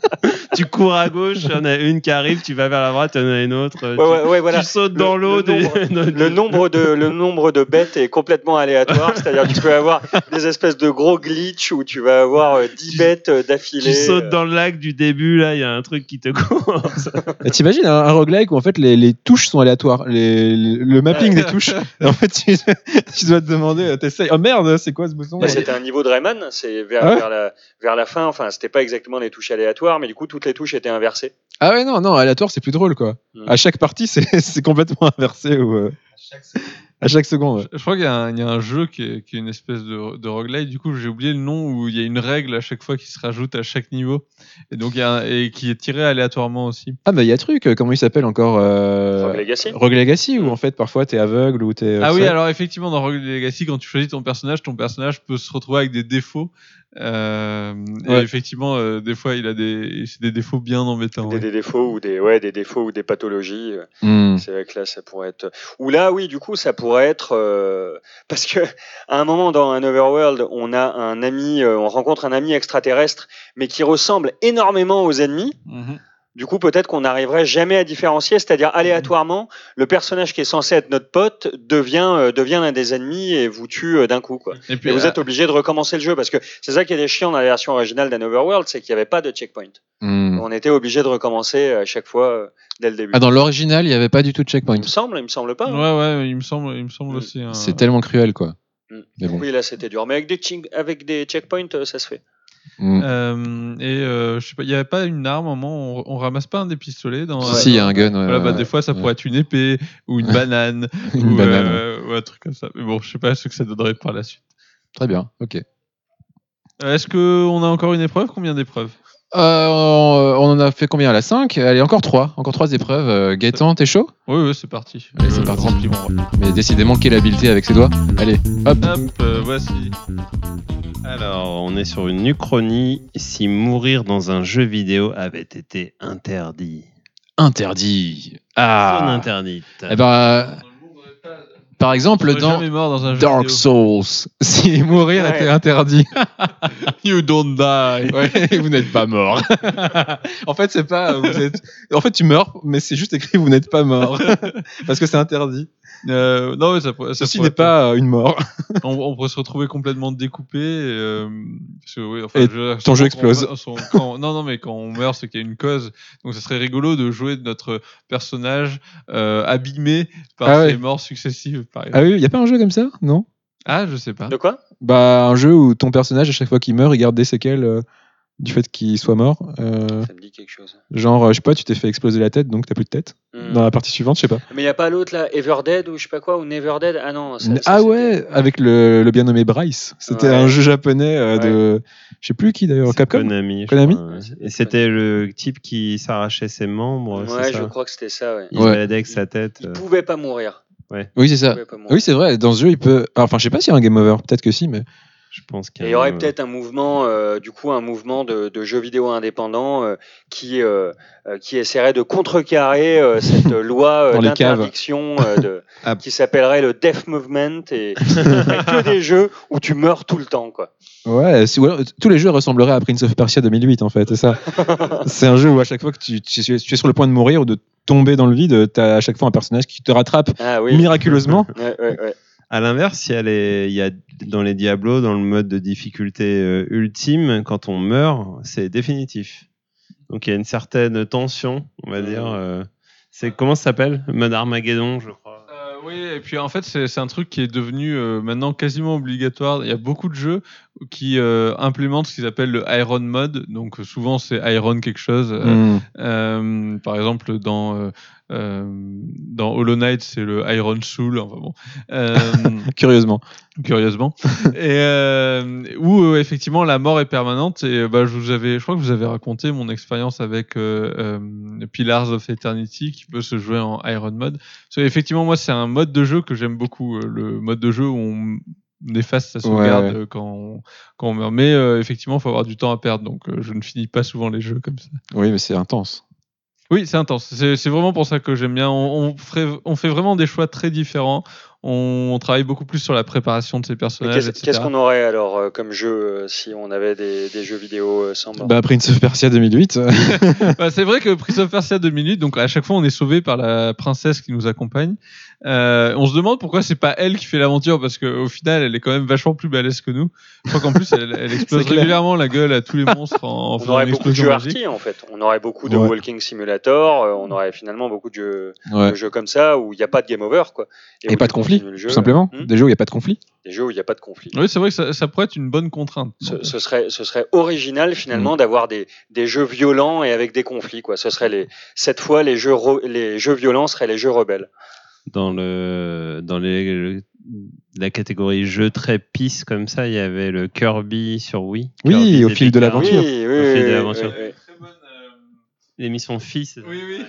tu cours à gauche, il y en a une qui arrive, tu vas vers la droite, il y en a une autre. euh, Ouais, tu, ouais, ouais, voilà. tu sautes dans Le- l'eau. le des- *laughs* Le nombre, de, le nombre de bêtes est complètement aléatoire, c'est-à-dire que tu peux avoir des espèces de gros glitch où tu vas avoir euh, 10 Tu- bêtes euh, Tu d'affilée. sautes euh. dans le lac du début, là, il y a un truc qui te court. Et Bah, T'imagines un, un roguelike où en fait les, les touches sont aléatoires, les- le mapping des touches. Et en fait, tu, tu dois te demander, euh, t'essayes. Oh merde, c'est quoi ce bouton Bah, c'était un niveau de Rayman, c'est vers, Ah ouais vers, la, vers la fin, enfin c'était pas exactement des touches aléatoires, mais du coup toutes les touches étaient inversées. Ah ouais, non, non, aléatoire, c'est plus drôle quoi. Mm. À chaque partie, c'est *laughs* c'est complètement inversé ou euh, à chaque seconde. ouais. Je crois qu'il y, a un- il y a un jeu qui est, qui est une espèce de, de roguelite, du coup j'ai oublié le nom, où il y a une règle à chaque fois qui se rajoute à chaque niveau, et donc il y a un- et qui est tirée aléatoirement aussi. Ah, mais il y a truc, euh, comment il s'appelle encore euh, Rogue Legacy. Rogue Legacy, où en fait parfois t'es aveugle ou t'es. euh, Ah oui, seul. alors effectivement, dans Rogue Legacy, quand tu choisis ton personnage, ton personnage peut se retrouver avec des défauts. Euh, Et Ouais. effectivement, euh, des fois, il a des, c'est des défauts bien embêtants. Des, ouais. Mmh. des défauts ou des ouais des défauts ou des pathologies euh, Mm. c'est vrai que là ça pourrait être ou là oui du coup ça pourrait être euh, *laughs* parce que à un moment dans un overworld on a un ami euh, on rencontre un ami extraterrestre mais qui ressemble énormément aux ennemis Mhm. Du coup, peut-être qu'on n'arriverait jamais à différencier, c'est-à-dire Mmh aléatoirement, le personnage qui est censé être notre pote devient euh, devient l'un des ennemis et vous tue euh, d'un coup. Quoi. Et puis, Et vous à- êtes obligé de recommencer le jeu parce que c'est ça qui était chiant dans la version originale d'un Overworld, c'est qu'il n'y avait pas de checkpoint. Mm. On était obligé de recommencer à chaque fois euh, dès le début. Ah, dans l'original, il n'y avait pas du tout de checkpoint. Il me semble, il me semble pas. Ouais, hein. ouais, il me semble, il me semble Mm. aussi. hein. C'est tellement cruel quoi. Mm. Mais bon. Oui, là c'était dur, mais avec des ching- avec des checkpoints, euh, ça se fait. Mm. Euh, et euh, je sais pas, il y avait pas une arme, à un moment, on, on ramasse pas un des pistolets dans. si, il y a un gun. ouais, Voilà, *laughs* bah, ouais, des fois, ça ouais. pourrait être une épée ou une banane, *laughs* Une ou, banane. euh, ou un truc comme ça. Mais bon, je sais pas ce que ça donnerait par la suite. Très bien, ok. Euh, Est-ce que on a encore une épreuve Combien d'épreuves Euh, on, on en a fait combien à la 5 Allez, encore 3. Encore 3 épreuves. Euh, Gaëtan, t'es chaud Oui, oui, c'est parti. Allez, Je c'est parti. remplis mon rôle. Mais décidément, quelle habileté avec ses doigts. Allez, hop. Hop, euh, voici. Alors, on est sur une uchronie. Si mourir dans un jeu vidéo avait été interdit. Interdit. Zone Ah interdite. Eh ben, euh, par exemple, J'aurais dans jamais mort dans un jeu Dark vidéo. Souls, *laughs* si mourir Ouais. était interdit, You don't die. ouais, vous n'êtes pas mort. *laughs* en fait, c'est pas. euh, Vous êtes... En fait, tu meurs, mais c'est juste écrit vous n'êtes pas mort. *laughs* Parce que c'est interdit. Euh, non, mais ça, pourrait- ça Ceci pourrait n'est pas euh, une mort. être- On, on pourrait se retrouver complètement découpé. et, euh, parce que, oui, enfin, Et le jeu- ton jeu quand on explose. meurt- son- quand- non, non, mais quand on meurt, c'est qu'il y a une cause. Donc, ça serait rigolo de jouer notre personnage euh, abîmé par Ah ouais. ses morts successives, par exemple. Ah oui, y a pas un jeu comme ça Non Ah, je sais pas. De quoi Bah, un jeu où ton personnage, à chaque fois qu'il meurt, il garde des séquelles euh, du fait qu'il soit mort. Euh, Ça me dit quelque chose. genre, euh, je sais pas, tu t'es fait exploser la tête, donc t'as plus de tête. Hmm. Dans la partie suivante, je sais pas. Mais il n'y a pas l'autre là, Everdead ou je sais pas quoi, ou Neverdead Ah non. ça- ça, ah c'était- ouais, avec le, le bien nommé Bryce. C'était Ouais. un jeu japonais euh, de. Je sais plus qui d'ailleurs, C'est Capcom Konami. je Konami crois, ouais. Et c'était le type qui s'arrachait ses membres. Ouais, c'est je ça crois que c'était ça. Ouais. Il Ouais. se baladait avec sa tête. Il euh. pouvait pas mourir. Oui, c'est Il ça. pouvait pas mourir. Ah Oui, c'est vrai, dans ce jeu, il peut. ah, Enfin, je sais pas s'il y a un game over, peut-être que si, mais. Je pense qu'il Et il y aurait peut-être un mouvement, euh, du coup, un mouvement de, de jeux vidéo indépendants euh, qui euh, euh, qui essaierait de contrecarrer euh, cette euh, loi euh, Dans les caves. d'interdiction euh, de- Ah. qui s'appellerait le Death Movement et il y aurait que des jeux où tu meurs tout le temps, quoi. Ouais, si- ou alors, tous les jeux ressembleraient à Prince of Persia 2008, en fait, c'est ça. c'est un jeu où à chaque fois que tu, tu- tu es sur le point de mourir ou de tomber dans le vide, t'as à chaque fois un personnage qui te rattrape Ah oui. *laughs* miraculeusement. Ouais, ouais, ouais. À l'inverse, il y a les- il y a dans les Diablo, dans le mode de difficulté euh, ultime, quand on meurt, c'est définitif. Donc il y a une certaine tension, on va Mhm. dire. euh, c'est comment ça s'appelle Mode Armageddon, je crois. Euh, oui, et puis en fait, c'est c'est un truc qui est devenu euh, maintenant quasiment obligatoire. Il y a beaucoup de jeux qui euh, implémentent ce qu'ils appellent le Iron Mode. Donc euh, souvent, c'est Iron quelque chose. euh, Hmm. euh, par exemple, dans, euh, euh, dans Hollow Knight, c'est le Iron Soul. Enfin bon. Euh, *laughs* curieusement. curieusement. Et euh, où euh, effectivement la mort est permanente. Et euh, bah, je vous avais, je crois que vous avez raconté mon expérience avec euh, euh, Pillars of Eternity qui peut se jouer en Iron Mode. Parce que, effectivement, moi c'est un mode de jeu que j'aime beaucoup, euh, le mode de jeu où on néfaste sa Ouais, sauvegarde ouais. euh, quand, on, quand on meurt. Mais euh, effectivement, il faut avoir du temps à perdre, donc euh, je ne finis pas souvent les jeux comme ça. Oui, mais c'est intense. Oui, c'est intense. C'est c'est vraiment pour ça que j'aime bien. On, on ferait- on fait vraiment des choix très différents. On, on travaille beaucoup plus sur la préparation de ces Mais personnages. Qu'est-ce etc. qu'est-ce qu'on aurait alors euh, comme jeu euh, si on avait des, des jeux vidéo euh, sans bord Bah, Prince of Persia 2008. Bah, c'est vrai que Prince of Persia 2 minutes, donc à chaque fois on est sauvé par la princesse qui nous accompagne. Euh, on se demande pourquoi c'est pas elle qui fait l'aventure parce qu'au final elle est quand même vachement plus balèze que nous. Je crois qu'en plus elle, *laughs* elle explose C'est clair. régulièrement la gueule à tous les monstres en, en On faisant aurait une beaucoup de explosion jeux magique. arty en fait. On aurait beaucoup de Ouais. walking simulator. euh, on aurait finalement beaucoup de jeux, Ouais. de jeux comme ça où il n'y a pas de game over quoi. Et où pas tu de conflit, continues le jeu, *laughs* tout simplement. euh, hmm, Des jeux où il n'y a pas de conflit. Des jeux où il n'y a pas de conflit. Oui, c'est vrai que ça, ça pourrait être une bonne contrainte. Ce, ce serait, ce serait original Hmm. finalement d'avoir des, des jeux violents et avec des conflits quoi. Ce serait les cette fois les jeux re- les jeux violents seraient les jeux rebelles. dans le dans les, le- la catégorie jeux très pisse comme ça, il y avait le Kirby sur Wii. Oui, Kirby's au fil de Epic Oui, l'aventure. Yarn. oui, Conflit oui, et oui, aventure. oui, oui. L'émission Fils. Oui, oui.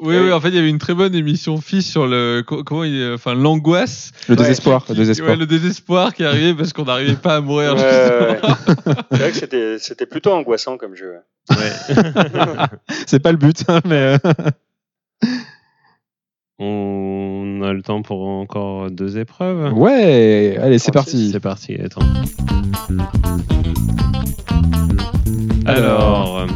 Oui, oui, en fait, il y avait une très bonne émission fille sur le co- comment il, euh, enfin l'angoisse, Le Ouais. désespoir. Le qui- ouais, désespoir. le désespoir qui arrivait parce qu'on n'arrivait pas à Ouais, mourir. ouais, ouais. C'est vrai que c'était c'était plutôt angoissant comme jeu. *laughs* C'est pas le but, hein, mais. euh, *laughs* On a le temps pour encore deux *laughs* épreuves. euh, Ouais, allez, c'est parti. Oh, C'est parti, attends. Alors, euh,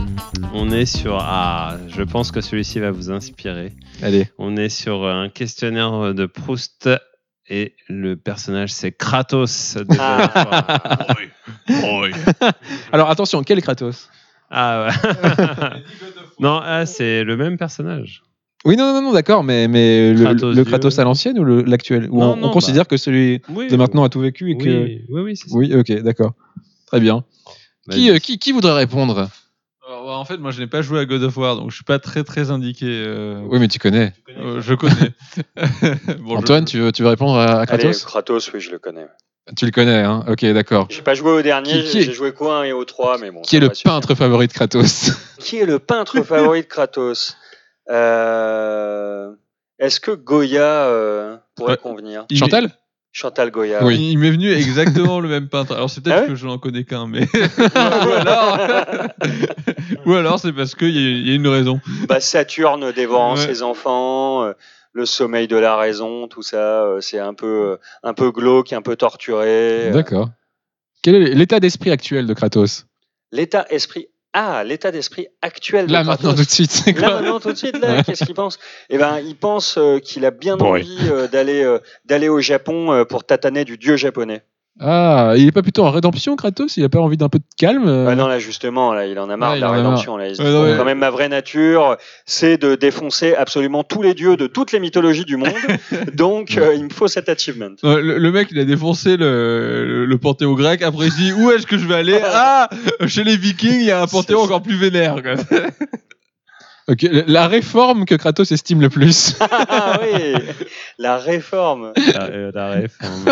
on est sur. Ah, je pense que celui-ci va vous inspirer. Allez. On est sur un questionnaire de Proust et le personnage c'est Kratos. de Ah. Alors attention, quel Kratos *laughs* Ah ouais. non, ah, c'est le même personnage. Oui, non, non, non, d'accord, mais, mais le, Kratos le vieux. Kratos à l'ancienne ou le- l'actuel Ou Non, on, non, on considère que celui Oui. de maintenant a tout vécu et Oui, que. oui, oui, c'est ça. Oui, ok, d'accord. Très bien. Qui, Vas-y. euh, qui, qui voudrait répondre Alors, bah, en fait, moi, je n'ai pas joué à God of War, donc je suis pas très très indiqué. euh, Oui, mais tu connais. euh, *laughs* je connais. Bon, je- Antoine, tu veux, tu veux répondre à, à Allez, Kratos Kratos, oui, je le connais. Tu le connais, hein Ok, d'accord. J'ai pas joué au dernier, Qui- qui est- j'ai joué qu'au 1 et au 3, mais bon. Qui ça est le va suffire. peintre favori de Kratos Qui est le peintre favori de Kratos Euh, Est-ce que Goya euh, pourrait Ouais. convenir il m'est- Chantal Chantal Goya. *laughs* Oui. Il m'est venu exactement le même peintre. Alors c'est peut-être Ah ouais que je n'en connais qu'un, mais *laughs* *laughs* ou alors, *laughs* ou alors c'est parce qu'il y, a- il y a une raison. Bah, Saturne dévorant Ouais. ses enfants, euh, le sommeil de la raison, tout ça, euh, c'est un peu, euh, un peu glauque, un peu torturé. euh. D'accord. Quel est l'état d'esprit actuel de Kratos L'état esprit. Ah, l'état d'esprit actuel. de Là, Kratos. maintenant, tout de suite, c'est Là quoi maintenant tout de suite là, qu'est-ce qu'il pense Eh ben, il pense euh, qu'il a bien Bon, envie euh, d'aller euh, d'aller au Japon euh, pour tataner du dieu japonais. Ah, il est pas plutôt en rédemption, Kratos Il a pas envie d'un peu de calme Ah non là justement là, il en a Euh, marre Ouais, il de la en a rédemption là. Il se Ouais, dit, non, bon, mais- Quand même ma vraie nature, c'est de défoncer absolument tous les dieux de toutes les mythologies *laughs* du monde. Donc euh, il me faut cet achievement. Euh, Le, le mec, il a défoncé le, le, le panthéon grec. Après, il se dit où est-ce que je vais *laughs* aller Ah, chez les Vikings, il y a un panthéon C'est ça. encore plus vénère. quoi. *laughs* Ok, La réforme que Kratos estime le plus. Ah oui, la réforme la, euh, la réforme,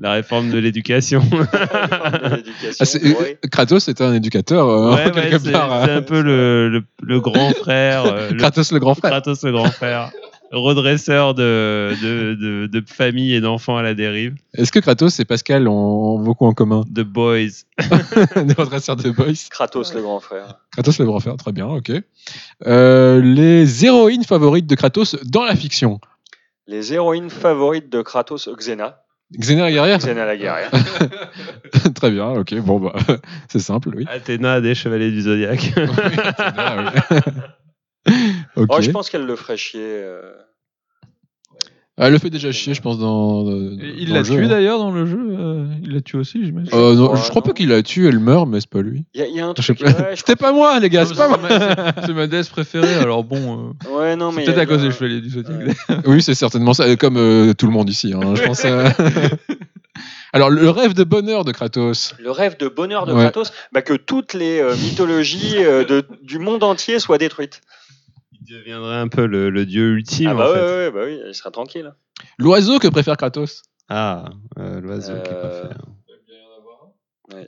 la réforme de l'éducation. de Ah, l'éducation. c'est- euh, oui. Kratos était un éducateur, euh, Ouais, ouais, quelque c'est part. c'est hein. un peu le, le, le grand frère, euh, le Kratos le grand frère. Kratos le grand frère, redresseur de, de, de, de famille et d'enfants à la dérive, Est-ce que Kratos et Pascal ont beaucoup en commun *laughs* The Boys. Des redresseurs de boys. Kratos le grand frère. Kratos le grand frère, très bien, ok. Euh, les héroïnes favorites de Kratos dans la fiction. Les héroïnes favorites de Kratos, Xena, Xena la guerrière Xena la guerrière. *laughs* Très bien, ok, bon, bah, *laughs* c'est simple, oui. Athéna des Chevaliers du Zodiaque. *laughs* Ah, Xena, oui. *laughs* ok. Oh, je pense qu'elle le ferait chier. euh, Elle le fait déjà chier, je pense, dans. dans Et Il dans l'a le jeu, tué hein. d'ailleurs dans le jeu. euh, il l'a tué aussi, j'imagine. Euh, non, Ouais, je crois non. pas qu'il la tue, elle meurt, mais c'est pas *laughs* lui. Il y, a- il y a un Je sais truc. pas. Ouais, je C'était pas moi, les gars, Non, c'est mais pas c'est moi. ma- c'est- c'est ma déesse préférée. Alors bon, euh, crois- Ouais, non, mais. c'est il y a- peut-être à cause il y a- des chevaliers du Zodiac. *laughs* Ouais. Oui, c'est certainement ça, euh, comme euh, tout le monde ici, hein, je pense. *laughs* euh. Alors, le rêve de bonheur de Kratos. Le rêve de bonheur de Ouais. Kratos, bah, que toutes les euh, mythologies euh, de- du monde entier soient détruites. Il deviendrait un peu le, le dieu ultime Ah bah, en ouais, fait. ouais, bah oui, il sera tranquille. L'oiseau que préfère Kratos. Ah, euh, l'oiseau qui Euh, préfère.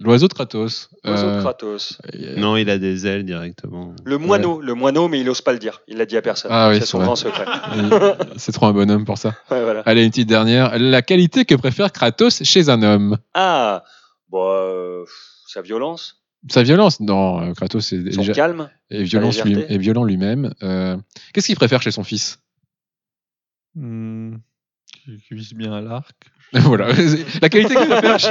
L'oiseau de Kratos. Oiseau de Euh, Kratos. euh, Non, il a des ailes directement. Le moineau, le moineau, mais il ose pas le dire. Il l'a dit à personne. Ah oui, c'est son c'est vrai. grand secret. *laughs* euh, C'est trop un bonhomme pour ça. Ouais, voilà. Allez, une petite dernière. La qualité que préfère Kratos chez un homme Ah, bon, euh, sa violence, Sa violence Non, euh, Kratos est son déjà calme. est violent, sa lui, légèreté. est violent lui-même. Euh, Qu'est-ce qu'il préfère chez son fils Hmm, Qui qui vise bien à l'arc. *laughs* Voilà. La qualité qu'il *laughs* préfère chez...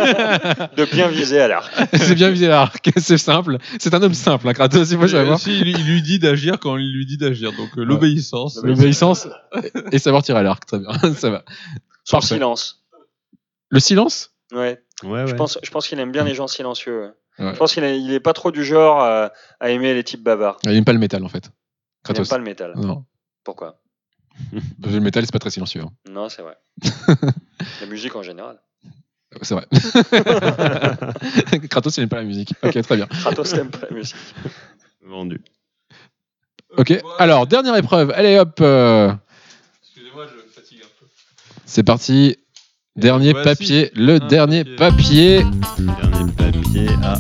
De bien viser à l'arc. C'est bien visé l'arc. *laughs* C'est simple. C'est un homme simple, hein, Kratos, il faut Euh, savoir. si, il, il lui dit d'agir quand il lui dit d'agir. Donc euh, l'obéissance. L'obéissance et savoir tirer à l'arc. Très bien. *laughs* ça va. *laughs* Son Parfait. silence. Le silence Ah Ouais. Ouais, Je ouais. pense, je pense qu'il aime bien les gens silencieux. ouais. Ouais. Je pense qu'il est- il est pas trop du genre à, à aimer les types bavards. Il n'aime pas le métal, en fait. Il aime Kratos. pas le métal. Non. Pourquoi Le métal, c'est pas très silencieux. hein. Non, *laughs* c'est vrai. La musique en général. C'est *laughs* vrai. *laughs* Kratos, il n'aime pas la musique. Ok, très bien. Kratos n'aime pas la *laughs* musique. Vendu. Ok. Alors, dernière épreuve. Allez, hop. euh, Excusez-moi, je fatigue un peu. c'est parti. Dernier voici papier. Le un dernier papier. Dernier papier Ah, à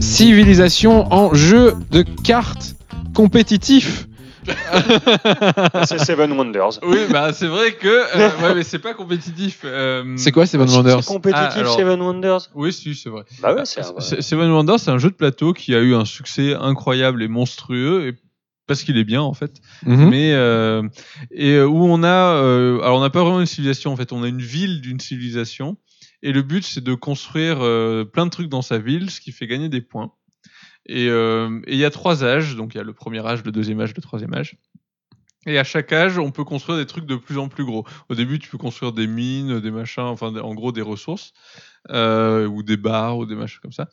Civilisation en jeu de cartes compétitif. C'est Seven Wonders. Oui, bah c'est vrai que. euh, ouais, mais c'est pas compétitif. euh, C'est quoi, Seven Wonders C'est compétitif, Ah, alors- Seven Wonders Oui, si, c'est vrai. Bah ouais, c'est un- Se- Seven Wonders, c'est un jeu de plateau qui a eu un succès incroyable et monstrueux. Et parce qu'il est bien en fait, Mhm. mais euh, et euh, où on a euh, alors on n'a pas vraiment une civilisation en fait, on a une ville d'une civilisation et le but c'est de construire euh, plein de trucs dans sa ville, ce qui fait gagner des points. Et euh, et il y a trois âges, donc il y a le premier âge, le deuxième âge, le troisième âge. Et à chaque âge, on peut construire des trucs de plus en plus gros. Au début, tu peux construire des mines, des machins, enfin des- en gros des ressources, euh, ou des bars, ou des machins comme ça.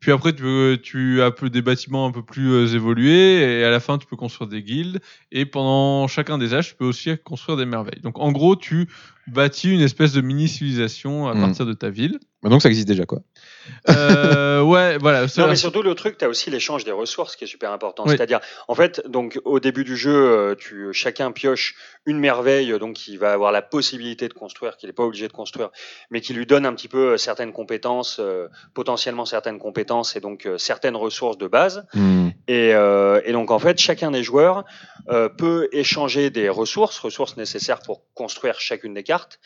Puis après, tu, peux- tu as un peu des bâtiments un peu plus euh, évolués, et à la fin, tu peux construire des guildes. Et pendant chacun des âges, tu peux aussi construire des merveilles. Donc en gros, tu bâtis une espèce de mini-civilisation à Mhm. partir de ta ville. Bah Donc, ça existe déjà, quoi. Euh, ouais, voilà. c'est Non, la- mais surtout le truc, tu as aussi l'échange des ressources qui est super important. Oui. C'est-à-dire, en fait, donc au début du jeu, euh, tu chacun pioche une merveille, euh, donc il va avoir la possibilité de construire, qu'il n'est pas obligé de construire, mais qui lui donne un petit peu euh, certaines compétences, euh, potentiellement certaines compétences et donc euh, certaines ressources de base. Et, euh, et donc en fait, chacun des joueurs euh, peut échanger des ressources, ressources nécessaires pour construire chacune des cartes,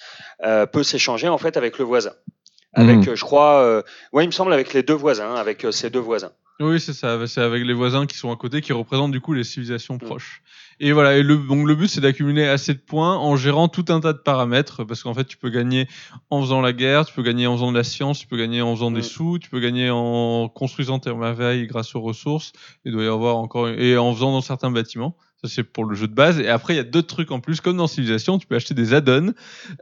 euh, peut s'échanger en fait avec le voisin. Avec, Mhm. euh, je crois, euh, ouais, il me semble avec les deux voisins, avec euh, ses deux voisins. Oui, c'est ça. C'est avec les voisins qui sont à côté, qui représentent du coup les civilisations proches. Et voilà. Et le, donc le but, c'est d'accumuler assez de points en gérant tout un tas de paramètres, parce qu'en fait, tu peux gagner en faisant la guerre, tu peux gagner en faisant de la science, tu peux gagner en faisant Mm. des sous, tu peux gagner en construisant tes merveilles grâce aux ressources. Il doit y avoir encore et en faisant dans certains bâtiments. Ça, c'est pour le jeu de base. Et après, il y a d'autres trucs en plus, comme dans Civilisation, tu peux acheter des add-ons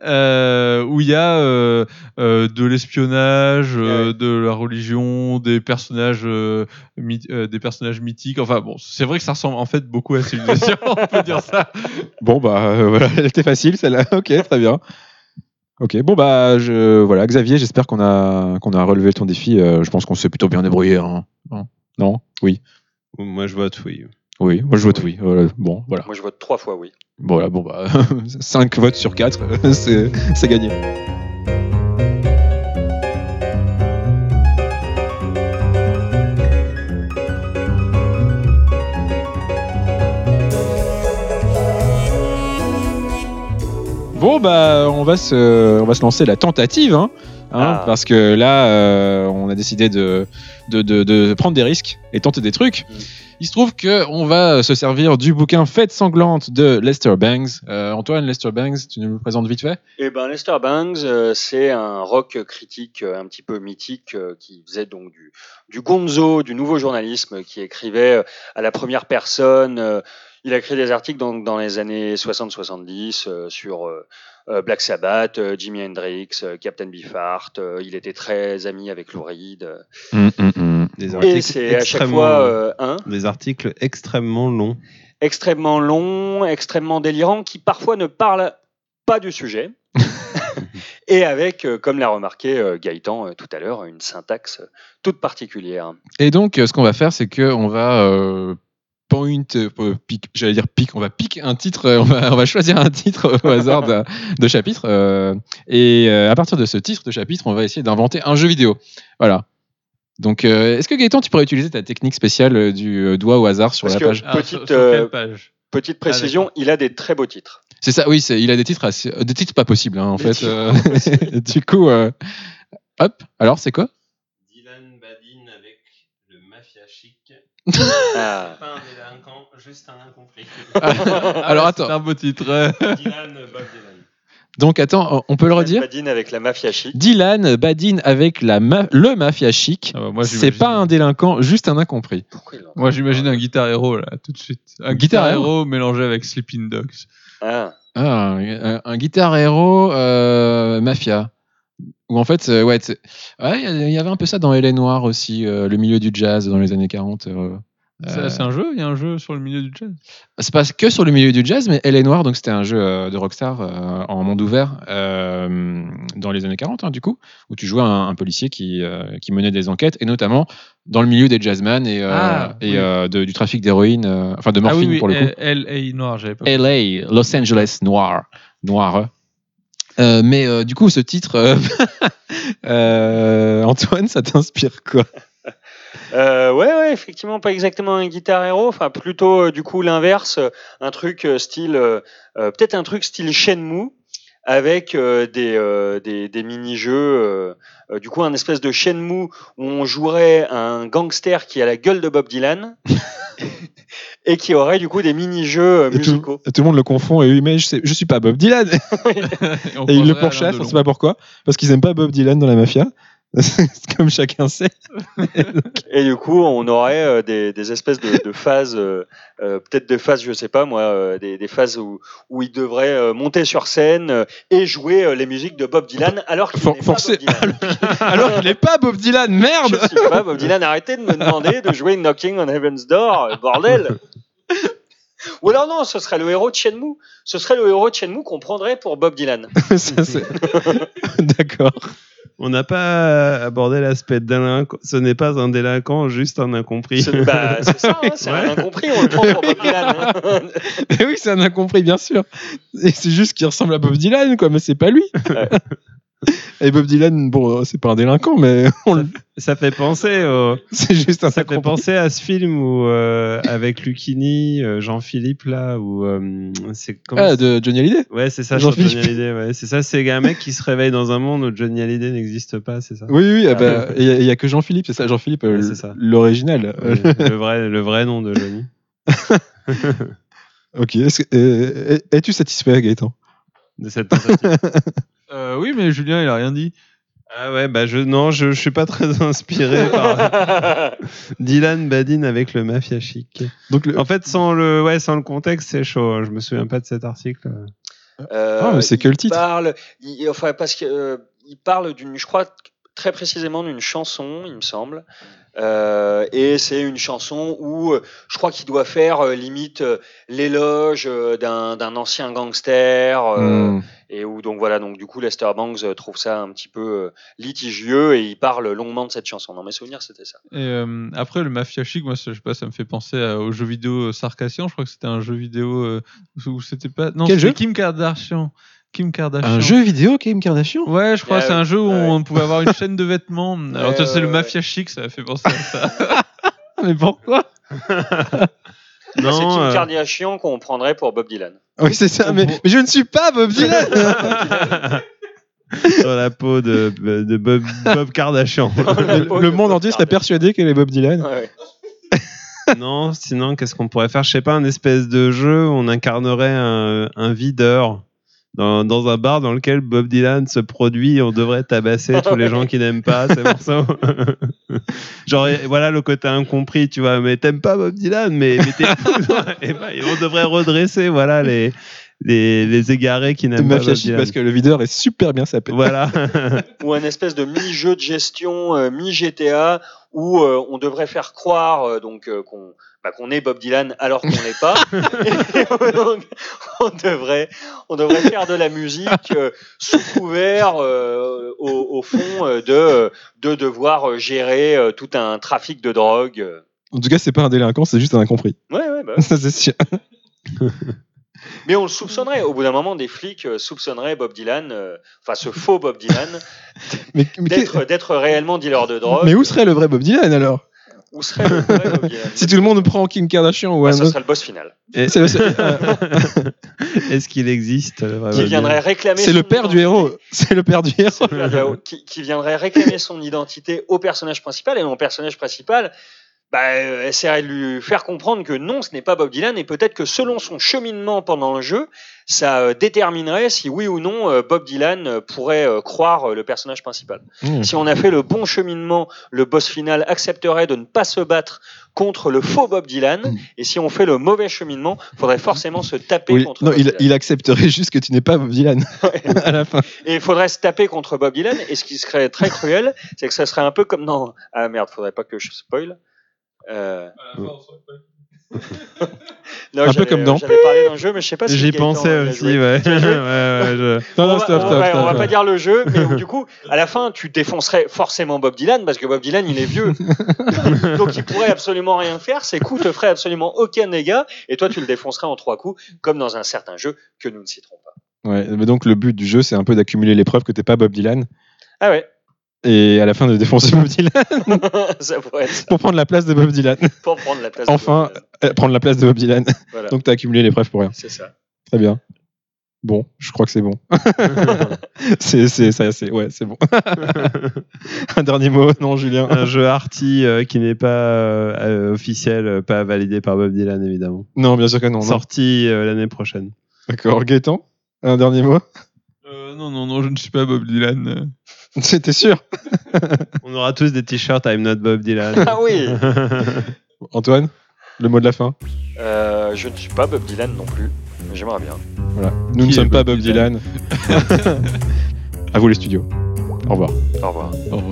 euh, où il y a euh, euh, de l'espionnage, euh, de la religion, des personnages euh, myth- euh, des personnages mythiques. Enfin bon, c'est vrai que ça ressemble en fait beaucoup à Civilization, *laughs* on peut dire ça. Bon, bah euh, *laughs* voilà, elle était facile celle-là. *laughs* Ok, très bien. Ok, bon, bah je, voilà, Xavier, j'espère qu'on a, qu'on a relevé ton défi. Euh, je pense qu'on s'est plutôt bien débrouillé. hein. Non. Non Oui. Moi, je vote oui. Oui, moi je vote oui. Voilà, bon, voilà. Moi, je vote trois fois oui. Bon, voilà, bon, bah *laughs* 5 votes sur 4, *laughs* c'est c'est gagné. Bon bah on va se on va se lancer la tentative hein, hein, Ah. parce que là euh, on a décidé de de, de- de prendre des risques et tenter des trucs. Mm. Il se trouve que on va se servir du bouquin Fête sanglante de Lester Bangs. Euh, Antoine Lester Bangs, tu nous le présentes vite fait Eh ben, Lester Bangs, euh, c'est un rock critique euh, un petit peu mythique euh, qui faisait donc du, du gonzo, du nouveau journalisme, qui écrivait euh, à la première personne. euh, il a écrit des articles dans, dans les années 60-70 euh, sur euh, euh, Black Sabbath, euh, Jimi Hendrix, euh, Captain Beefheart. euh, il était très ami avec Lou Reed. euh. Des Et articles c'est à chaque extrêmement fois longs. euh, un Des articles extrêmement longs. extrêmement long, extrêmement délirant, qui parfois ne parle pas du *laughs* sujet. Et avec, euh, comme l'a remarqué euh, Gaëtan euh, tout à l'heure, une syntaxe toute particulière. Et donc, euh, ce qu'on va faire, c'est que on va euh, point, euh, pick- j'allais dire pick, on va pick un titre, euh, on va, on va choisir un titre *laughs* au hasard de, de chapitre. euh, et euh, à partir de ce titre de chapitre, on va essayer d'inventer un jeu vidéo. Voilà. Donc, euh, est-ce que Gaëtan, tu pourrais utiliser ta technique spéciale euh, du euh, doigt au hasard sur Parce la que- page Alors, Petite, sur- sur quelle euh, page Petite précision, il a des très beaux titres. C'est ça, oui, c'est- il a des titres, assez- euh, des titres pas possibles, hein, en Des fait. titres euh, *laughs* du coup, euh, hop, alors c'est *laughs* quoi Dylan Badin avec le mafia chic. Ah. Pas un délinquant, juste un *laughs* incompris. Alors Ah, attends. C'est un beau titre. Dylan, Bob Dylan. Donc, attends, on peut le redire Padine avec la mafia chic. Dylan badine avec la ma- le mafia Ah chic. C'est pas un délinquant, juste un incompris. Pourquoi il en- Moi, j'imagine un Guitar Hero, là, tout de suite. Un Guitar Guitar, Hero. Hero mélangé avec Sleeping Dogs. Ah. Ah, un, un guitar héros euh, mafia. Ou en fait, euh, ouais, t'sais- ouais, il y a- il y avait un peu ça dans Hélène Noire aussi, euh, le milieu du jazz dans les années 40. euh. Ça, Euh, C'est un jeu Il y a un jeu sur le milieu du jazz C'est pas que sur le milieu du jazz, mais Elle est noire, donc c'était un jeu euh, de Rockstar euh, en monde ouvert euh, dans les années 40, hein, du coup, où tu jouais un, un policier qui, euh, qui menait des enquêtes, et notamment dans le milieu des jazzmen et, euh, Ah, et oui. euh, de- du trafic d'héroïne, euh, enfin de morphine pour le coup. Ah euh, L- LA noir, j'avais pas. LA, Los Angeles noir, noir. Euh, mais euh, du coup, ce titre, euh, *laughs* euh, Antoine, ça t'inspire quoi Euh, ouais, ouais, effectivement, pas exactement un guitar héros, enfin plutôt euh, du coup l'inverse, euh, un truc euh, style, euh, euh, peut-être un truc style Shenmue avec euh, des, euh, des des mini-jeux, euh, euh, du coup un espèce de Shenmue où on jouerait un gangster qui a la gueule de *laughs* Bob Dylan et qui aurait du coup des mini-jeux euh, Et tout, musicaux. tout le monde le confond et lui, mais je, sais- je suis pas Bob Dylan. Et on Et ils prendrait le Alain pourchassent, on Delon. sait pas pourquoi, parce qu'ils aiment pas Bob Dylan dans la mafia. *laughs* Comme chacun sait. Et du coup, on aurait euh, des, des espèces de, de phases, euh, euh, peut-être des phases, je sais pas moi, euh, des, des phases où, où il devrait euh, monter sur scène euh, et jouer euh, les musiques de Bob Dylan, alors qu'il For- n'est pas forcé. Bob Dylan. *laughs* Alors qu'il est pas Bob Dylan, merde Je suis pas Bob Dylan, arrêtez de me demander de jouer Knocking on Heaven's Door, euh, bordel Ou alors non, ce serait le héros de Shenmue. Ce serait le héros de Shenmue qu'on prendrait pour Bob Dylan. *laughs* Ça, *laughs* c'est- D'accord. On n'a pas abordé l'aspect délinquant. Ce n'est pas un délinquant, juste un incompris. C'est bah, c'est ça, hein, c'est un incompris, on le prend pour Bob Dylan. hein. Mais Eh oui, c'est un incompris, bien sûr. Et c'est juste qu'il ressemble à Bob Dylan, quoi, mais c'est pas lui. Ouais. *laughs* Et Bob Dylan, bon, euh, c'est pas un délinquant, mais *laughs* on le- *laughs* Ça fait penser au- c'est juste un Ça fait incompris. penser à ce film où euh, avec Lucchini, euh, Jean-Philippe là, où euh, c'est comment Ah, de Johnny Hallyday Ouais, c'est ça, sur Jean-Philippe. Johnny Hallyday. Ouais. C'est ça, c'est un mec qui se réveille dans un monde où Johnny Hallyday n'existe pas, c'est ça Oui, oui, ah bah, ouais. il y a- il y, a que Jean-Philippe, c'est ça, Jean-Philippe, euh, Ouais, c'est ça. l'original. Euh, Ouais, Euh, le, vrai, le vrai nom de Johnny. Ok, est-ce que- euh, es-tu satisfait, Gaëtan *laughs* De cette tentative. Euh, oui, mais Julien, il a rien dit. Ah ouais, bah je, non, je, je suis pas très inspiré *laughs* par Dylan Badin avec le mafia chic. Donc, le- En fait, sans le, ouais, sans le contexte, c'est chaud. Je me souviens pas de cet article. Euh, Ah, mais c'est que le il titre. Parle, il, enfin, parce que euh, il parle d'une, je crois très précisément d'une chanson, il me semble. Euh, et c'est une chanson où euh, je crois qu'il doit faire euh, limite euh, l'éloge euh, d'un d'un ancien gangster. euh, Hmm. Et où donc voilà, donc du coup Lester Bangs euh, trouve ça un petit peu euh, litigieux et il parle longuement de cette chanson. Dans mes souvenirs, c'était ça. Et euh, après, le Mafia Chic, moi, ça, je sais pas, ça me fait penser à- au jeu vidéo euh, Sarkasian. Je crois que c'était un jeu vidéo euh, où où c'était pas. Non, Quel c'était jeu Kim Kardashian. Kim Kardashian. Un jeu vidéo, Kim Kardashian Ouais, Euh, je crois Ah que c'est oui, un jeu où ah oui. on pouvait avoir une chaîne de *laughs* vêtements. Alors, Ouais, toi, c'est ouais, le ouais. Mafia Chic, ça fait penser à *laughs* ça. Ah, Mais pourquoi Non, c'est Kim euh, Kardashian qu'on prendrait pour Bob Dylan. Oui, c'est ça, mais, mais je ne suis pas Bob *laughs* Dylan dans la peau de, de Bob, Bob *laughs* Kardashian. Le, le monde entier serait persuadé qu'elle est Bob Dylan. Ouais, ouais. non, sinon, qu'est-ce qu'on pourrait faire Je sais pas, un espèce de jeu où on incarnerait un, un videur dans, dans un bar dans lequel Bob Dylan se produit et on devrait tabasser tous les gens qui n'aiment pas ces morceaux. *laughs* Genre, et voilà le côté incompris, tu vois, mais t'aimes pas Bob Dylan, mais, mais t'es fou, *laughs* toi. et, ben, et on devrait redresser, voilà, les, les, les égarés qui De n'aiment pas Mafia Bob Chic, Dylan. parce que le videur est super bien sapé. Voilà. ou un espèce de mi-jeu de gestion, euh, mi-GTA, où euh, on devrait faire croire euh, donc euh, qu'on bah, qu'on est Bob Dylan alors qu'on l'est *laughs* pas. Et donc, on devrait on devrait faire de la musique euh, sous couvert euh, au, au fond euh, de de devoir euh, gérer euh, tout un trafic de drogue. En tout cas, c'est pas un délinquant, c'est juste un incompris. *laughs* Ouais, ouais, bah ouais. Ça, c'est sûr. Mais on le soupçonnerait. Au bout d'un moment, des flics euh, soupçonneraient Bob Dylan, euh, enfin ce faux Bob Dylan, Mais, mais qu'est- d'être d'être réellement dealer de drogue. mais où serait le vrai Bob Dylan alors Où serait le vrai Bob Dylan Si tout le monde prend Kim Kardashian ou Bah, un ça autre. serait le boss final. *laughs* Et- C'est le- Est-ce qu'il existe le vrai Qui Bob viendrait Dylan réclamer. c'est le son père du identité. héros. C'est le père du héros. Le père du- qui, qui viendrait réclamer son identité au personnage principal et mon personnage principal bah, euh, essaierait de lui faire comprendre que non, ce n'est pas Bob Dylan et peut-être que selon son cheminement pendant le jeu, ça euh, déterminerait si oui ou non euh, Bob Dylan euh, pourrait euh, croire euh, le personnage principal. Mmh. Si on a fait le bon cheminement, le boss final accepterait de ne pas se battre contre le faux Bob Dylan Hmm. et si on fait le mauvais cheminement, faudrait forcément se taper Oui, contre Non, Bob il, Dylan. il accepterait juste que tu n'es pas Bob Dylan à la fin. Et il faudrait se taper contre Bob Dylan. Et ce qui serait très cruel, *laughs* c'est que ça serait un peu comme dans. Ah merde, faudrait pas que je spoil. Euh, non, Un peu j'avais- comme dans- J'avais parlé d'un jeu, mais je sais pas si. J'y Gaëtan euh, pensais l'a aussi, joué. *laughs* ouais. *laughs* Tu as joué Ouais, ouais, je- Non, on, non, va, stop, on stop, va- stop, on va pas stop. dire le jeu, *laughs* mais où, du coup, à la fin, tu défoncerais forcément Bob Dylan parce que Bob Dylan, il est *laughs* vieux. Donc il pourrait absolument rien faire. Ses coups te feraient absolument aucun dégât. Et toi, tu le défoncerais en trois coups, comme dans un certain jeu que nous ne citerons pas. Ouais, mais donc le but du jeu, c'est un peu d'accumuler les preuves que t'es pas Bob Dylan Ah ouais, *laughs* et à la fin de défoncer Bob Dylan *laughs* ça pourrait être ça, pour prendre la place de Bob Dylan. pour prendre la place. Enfin, de Bob Dylan. Euh, prendre la place de Bob Dylan. Voilà. Donc t'as accumulé les preuves pour rien. c'est ça. Très bien. Bon, je crois que *laughs* c'est bon. c'est c'est ça, c'est ouais, c'est bon. un dernier mot, non, Julien. Un jeu arty euh, qui n'est pas euh, euh, officiel, euh, pas validé par Bob Dylan évidemment. Non, bien sûr que non. non. Sorti euh, l'année prochaine. D'accord, Gaëtan. Un dernier mot. Euh, non, non, non, je ne suis pas Bob Dylan. euh. C'était sûr. On aura tous des t-shirts I'm not Bob Dylan. *laughs* Ah oui Antoine, le mot de la fin. Euh, Je ne suis pas Bob Dylan non plus, mais j'aimerais bien. Voilà. Nous ne Qui est *laughs* sommes pas Bob Bob Dylan. à vous les studios. Au revoir. Au revoir. Au revoir.